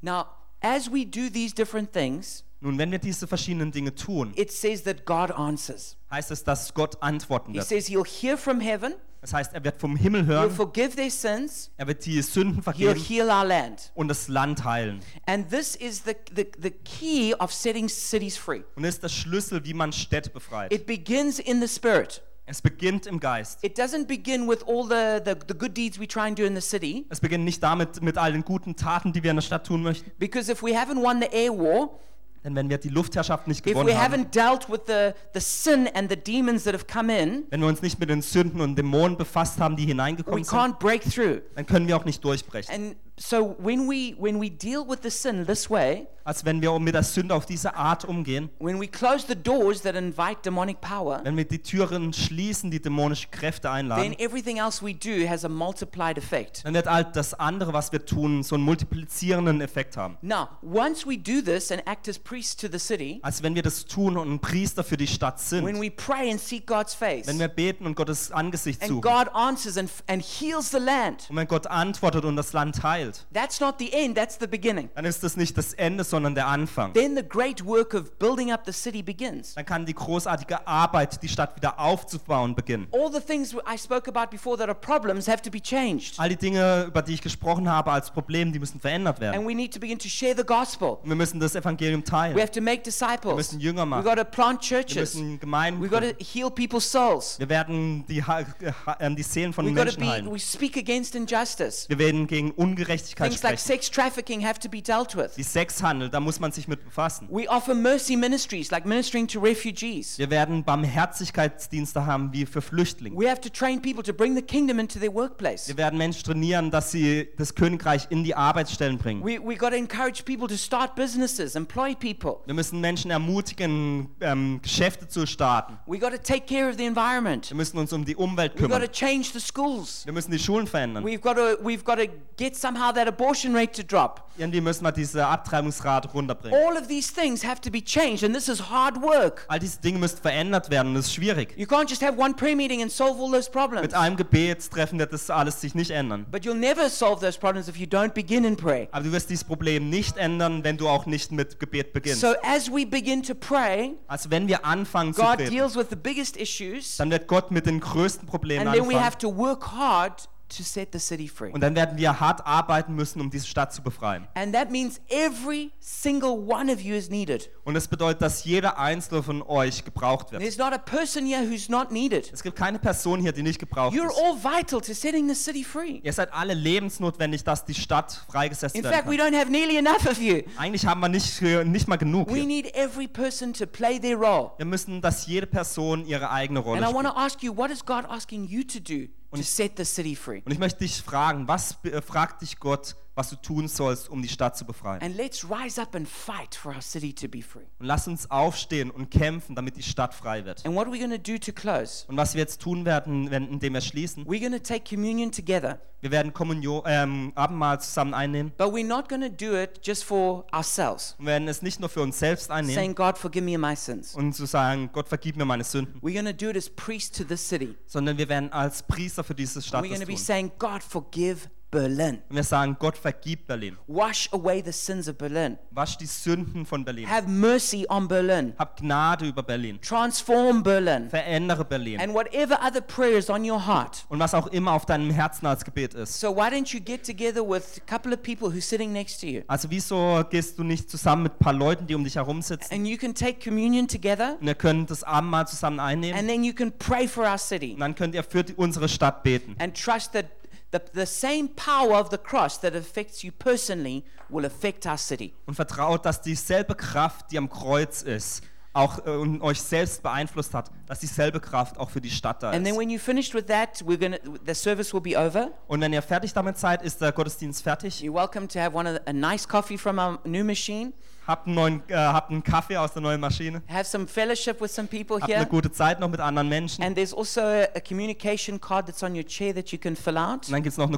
Speaker 1: Now, as we do these different things,
Speaker 2: Nun, wenn wir diese verschiedenen Dinge tun,
Speaker 1: it says that God answers.
Speaker 2: heißt es, dass Gott antworten
Speaker 1: He
Speaker 2: wird.
Speaker 1: says he'll hear from heaven,
Speaker 2: Das heißt, er wird vom Himmel
Speaker 1: he'll
Speaker 2: hören,
Speaker 1: forgive their sins,
Speaker 2: er wird die Sünden
Speaker 1: he'll
Speaker 2: vergeben
Speaker 1: heal our land.
Speaker 2: und das Land heilen.
Speaker 1: And this is the, the, the key of setting cities free.
Speaker 2: Und das ist der Schlüssel, wie man Städte befreit.
Speaker 1: It begins in the spirit.
Speaker 2: Es beginnt im Geist.
Speaker 1: It doesn't begin with all the, the, the good deeds we try and do in the city,
Speaker 2: Es beginnt nicht damit, mit all den guten Taten, die wir in der Stadt tun möchten.
Speaker 1: because if we haven't won the air war,
Speaker 2: Denn wenn wir die Luftherrschaft nicht
Speaker 1: if we
Speaker 2: gewonnen haben,
Speaker 1: haven't dealt with the, the sin and the demons that have come in,
Speaker 2: wenn wir uns nicht mit den Sünden und Dämonen befasst haben, die
Speaker 1: we
Speaker 2: hineingekommen sind,
Speaker 1: can't break through.
Speaker 2: dann können wir auch nicht durchbrechen.
Speaker 1: And so when we, when we deal with the sin this way,
Speaker 2: Als wenn wir mit der Sünde auf diese Art umgehen,
Speaker 1: when we close the doors that invite demonic power,
Speaker 2: wenn wir die Türen schließen, die dämonische Kräfte
Speaker 1: then
Speaker 2: einladen,
Speaker 1: everything else we do has a multiplied effect.
Speaker 2: dann wird all das andere, was wir tun, so einen multiplizierenden Effekt haben.
Speaker 1: Now, once we do this and act as priests to the city,
Speaker 2: als wenn wir das tun und ein Priester für die Stadt
Speaker 1: when
Speaker 2: sind.
Speaker 1: we pray and seek God's face,
Speaker 2: Wenn wir beten und Gottes Angesicht
Speaker 1: and
Speaker 2: suchen.
Speaker 1: God answers and, and heals the land,
Speaker 2: Und wenn Gott antwortet und das Land heilt,
Speaker 1: that's not the end, that's the beginning.
Speaker 2: dann ist das nicht das Ende, sondern der Anfang.
Speaker 1: Then the great work of building up the city begins.
Speaker 2: Dann kann die großartige Arbeit, die Stadt wieder aufzubauen, beginnen.
Speaker 1: All the things I spoke about before that are problems have to be changed.
Speaker 2: All die Dinge, über die ich gesprochen habe als Problem, die müssen verändert
Speaker 1: And
Speaker 2: werden.
Speaker 1: we need to begin to share the gospel.
Speaker 2: Und wir müssen das Evangelium
Speaker 1: We
Speaker 2: teilen.
Speaker 1: have to make disciples.
Speaker 2: müssen Jünger machen.
Speaker 1: We've got to plant
Speaker 2: Wir
Speaker 1: churches.
Speaker 2: müssen Gemeinden
Speaker 1: We've got
Speaker 2: gründen.
Speaker 1: to heal people's souls.
Speaker 2: Wir werden die, Ha- Ha- ähm, die Seelen von
Speaker 1: We've got to
Speaker 2: Menschen
Speaker 1: be,
Speaker 2: heilen.
Speaker 1: we speak against injustice.
Speaker 2: Wir werden gegen Ungerechtigkeit
Speaker 1: Things like
Speaker 2: sprechen.
Speaker 1: sex trafficking have to be dealt
Speaker 2: Die
Speaker 1: with.
Speaker 2: Sexhandel, da muss man sich mit befassen.
Speaker 1: We offer mercy ministries, like ministering to refugees.
Speaker 2: Wir werden Barmherzigkeitsdienste haben wie für Flüchtlinge.
Speaker 1: We have to train people to bring the kingdom into their workplace.
Speaker 2: Wir werden Menschen trainieren, dass sie das Königreich in die Arbeitsstellen bringen.
Speaker 1: We, we got to encourage people to start businesses, employ people.
Speaker 2: Wir müssen Menschen ermutigen, ähm, Geschäfte zu starten.
Speaker 1: We got to take care of the environment.
Speaker 2: Wir müssen uns um die Umwelt
Speaker 1: We've got to
Speaker 2: kümmern.
Speaker 1: change the schools.
Speaker 2: Wir müssen die Schulen verändern.
Speaker 1: We've got to we've got to get somehow that abortion rate to drop.
Speaker 2: Irgendwie müssen wir diese Abtreibungsrate runterbringen.
Speaker 1: All of these things have to be changed, and this is hard work.
Speaker 2: All diese Dinge müssen verändert werden und das ist schwierig.
Speaker 1: You can't just have one prayer meeting and solve all those problems.
Speaker 2: Mit einem Gebetstreffen wird das alles sich nicht ändern.
Speaker 1: But you'll never solve those problems if you don't begin in prayer.
Speaker 2: Aber du wirst dieses Problem nicht ändern, wenn du auch nicht mit Gebet beginnst.
Speaker 1: So as we begin to pray,
Speaker 2: Also wenn wir anfangen zu
Speaker 1: God
Speaker 2: beten,
Speaker 1: deals with the biggest issues,
Speaker 2: dann wird Gott mit den größten Problemen
Speaker 1: and then we
Speaker 2: anfangen.
Speaker 1: have to work hard to set the city free.
Speaker 2: Und dann werden wir hart arbeiten müssen, um diese Stadt zu befreien.
Speaker 1: And that means every single one of you is needed.
Speaker 2: Und das bedeutet, dass jeder einzelne von euch gebraucht wird.
Speaker 1: There's not a person here who's not needed.
Speaker 2: Es gibt keine Person hier, die nicht gebraucht
Speaker 1: You're
Speaker 2: ist.
Speaker 1: all vital to setting the city free.
Speaker 2: Ihr seid alle lebensnotwendig, dass die Stadt freigesetzt
Speaker 1: In
Speaker 2: werden
Speaker 1: fact, we
Speaker 2: kann.
Speaker 1: don't have nearly enough of you.
Speaker 2: Eigentlich haben wir nicht, äh, nicht mal genug.
Speaker 1: We
Speaker 2: Hier.
Speaker 1: need every person to play their role.
Speaker 2: Wir müssen, dass jede Person ihre eigene
Speaker 1: And
Speaker 2: Rolle
Speaker 1: I want
Speaker 2: spielt.
Speaker 1: to ask you, what is God asking you to do to
Speaker 2: Und-
Speaker 1: set the city free?
Speaker 2: Und ich möchte dich fragen, was be- äh, fragt dich Gott, was du tun sollst, um die Stadt zu befreien?
Speaker 1: And let's rise up and fight for our city to be free.
Speaker 2: Und lass uns aufstehen und kämpfen, damit die Stadt frei wird.
Speaker 1: And what are we going to do to close?
Speaker 2: Und was wir jetzt tun werden, wenn, indem wir schließen,
Speaker 1: We're going to take communion together,
Speaker 2: wir werden Kommunion, ähm, Abendmahl zusammen einnehmen
Speaker 1: but we're not going to do it just for ourselves,
Speaker 2: und werden es nicht nur für uns selbst einnehmen
Speaker 1: saying, God, forgive me my sins.
Speaker 2: und zu sagen, Gott vergib mir meine Sünden,
Speaker 1: We're going to do it as priests to the city.
Speaker 2: sondern wir werden als Priester für diese
Speaker 1: And
Speaker 2: Stadt
Speaker 1: we're going
Speaker 2: das
Speaker 1: to
Speaker 2: tun.
Speaker 1: be saying, God, forgive Berlin.
Speaker 2: Und wir sagen, Gott vergib Berlin,
Speaker 1: Wash away the sins of Berlin.
Speaker 2: wasch die Sünden von Berlin,
Speaker 1: Have mercy on Berlin.
Speaker 2: hab Gnade über Berlin,
Speaker 1: Transform Berlin.
Speaker 2: verändere Berlin
Speaker 1: And whatever other prayer is on your heart.
Speaker 2: und was auch immer auf deinem Herzen als Gebet ist.
Speaker 1: So why don't you get together with a couple of people who's sitting next to you?
Speaker 2: Also wieso gehst du nicht zusammen mit ein paar Leuten, die um dich herum sitzen?
Speaker 1: And you can take communion together
Speaker 2: Und ihr könnt das Abendmahl zusammen einnehmen
Speaker 1: and then you can pray for our city
Speaker 2: und dann könnt ihr für die, unsere Stadt beten.
Speaker 1: and trust that the, the same power of the cross that affects you personally will affect our city.
Speaker 2: und vertraut, dass dieselbe Kraft, die am Kreuz ist, auch äh, und euch selbst beeinflusst hat, dass dieselbe Kraft auch für die Stadt da
Speaker 1: And then
Speaker 2: ist.
Speaker 1: when you're finished with that, we're gonna the service will be over.
Speaker 2: Und wenn ihr fertig damit seid, ist der Gottesdienst fertig.
Speaker 1: You're welcome to have one of the, a nice coffee from our new machine.
Speaker 2: Habt einen, neuen, äh, habt einen Kaffee aus der neuen Maschine.
Speaker 1: Have some fellowship with some people
Speaker 2: Habt eine
Speaker 1: here.
Speaker 2: gute Zeit noch mit anderen Menschen. Und
Speaker 1: And there's also a, a communication card that's on your chair that you can fill out.
Speaker 2: dann gibt es noch eine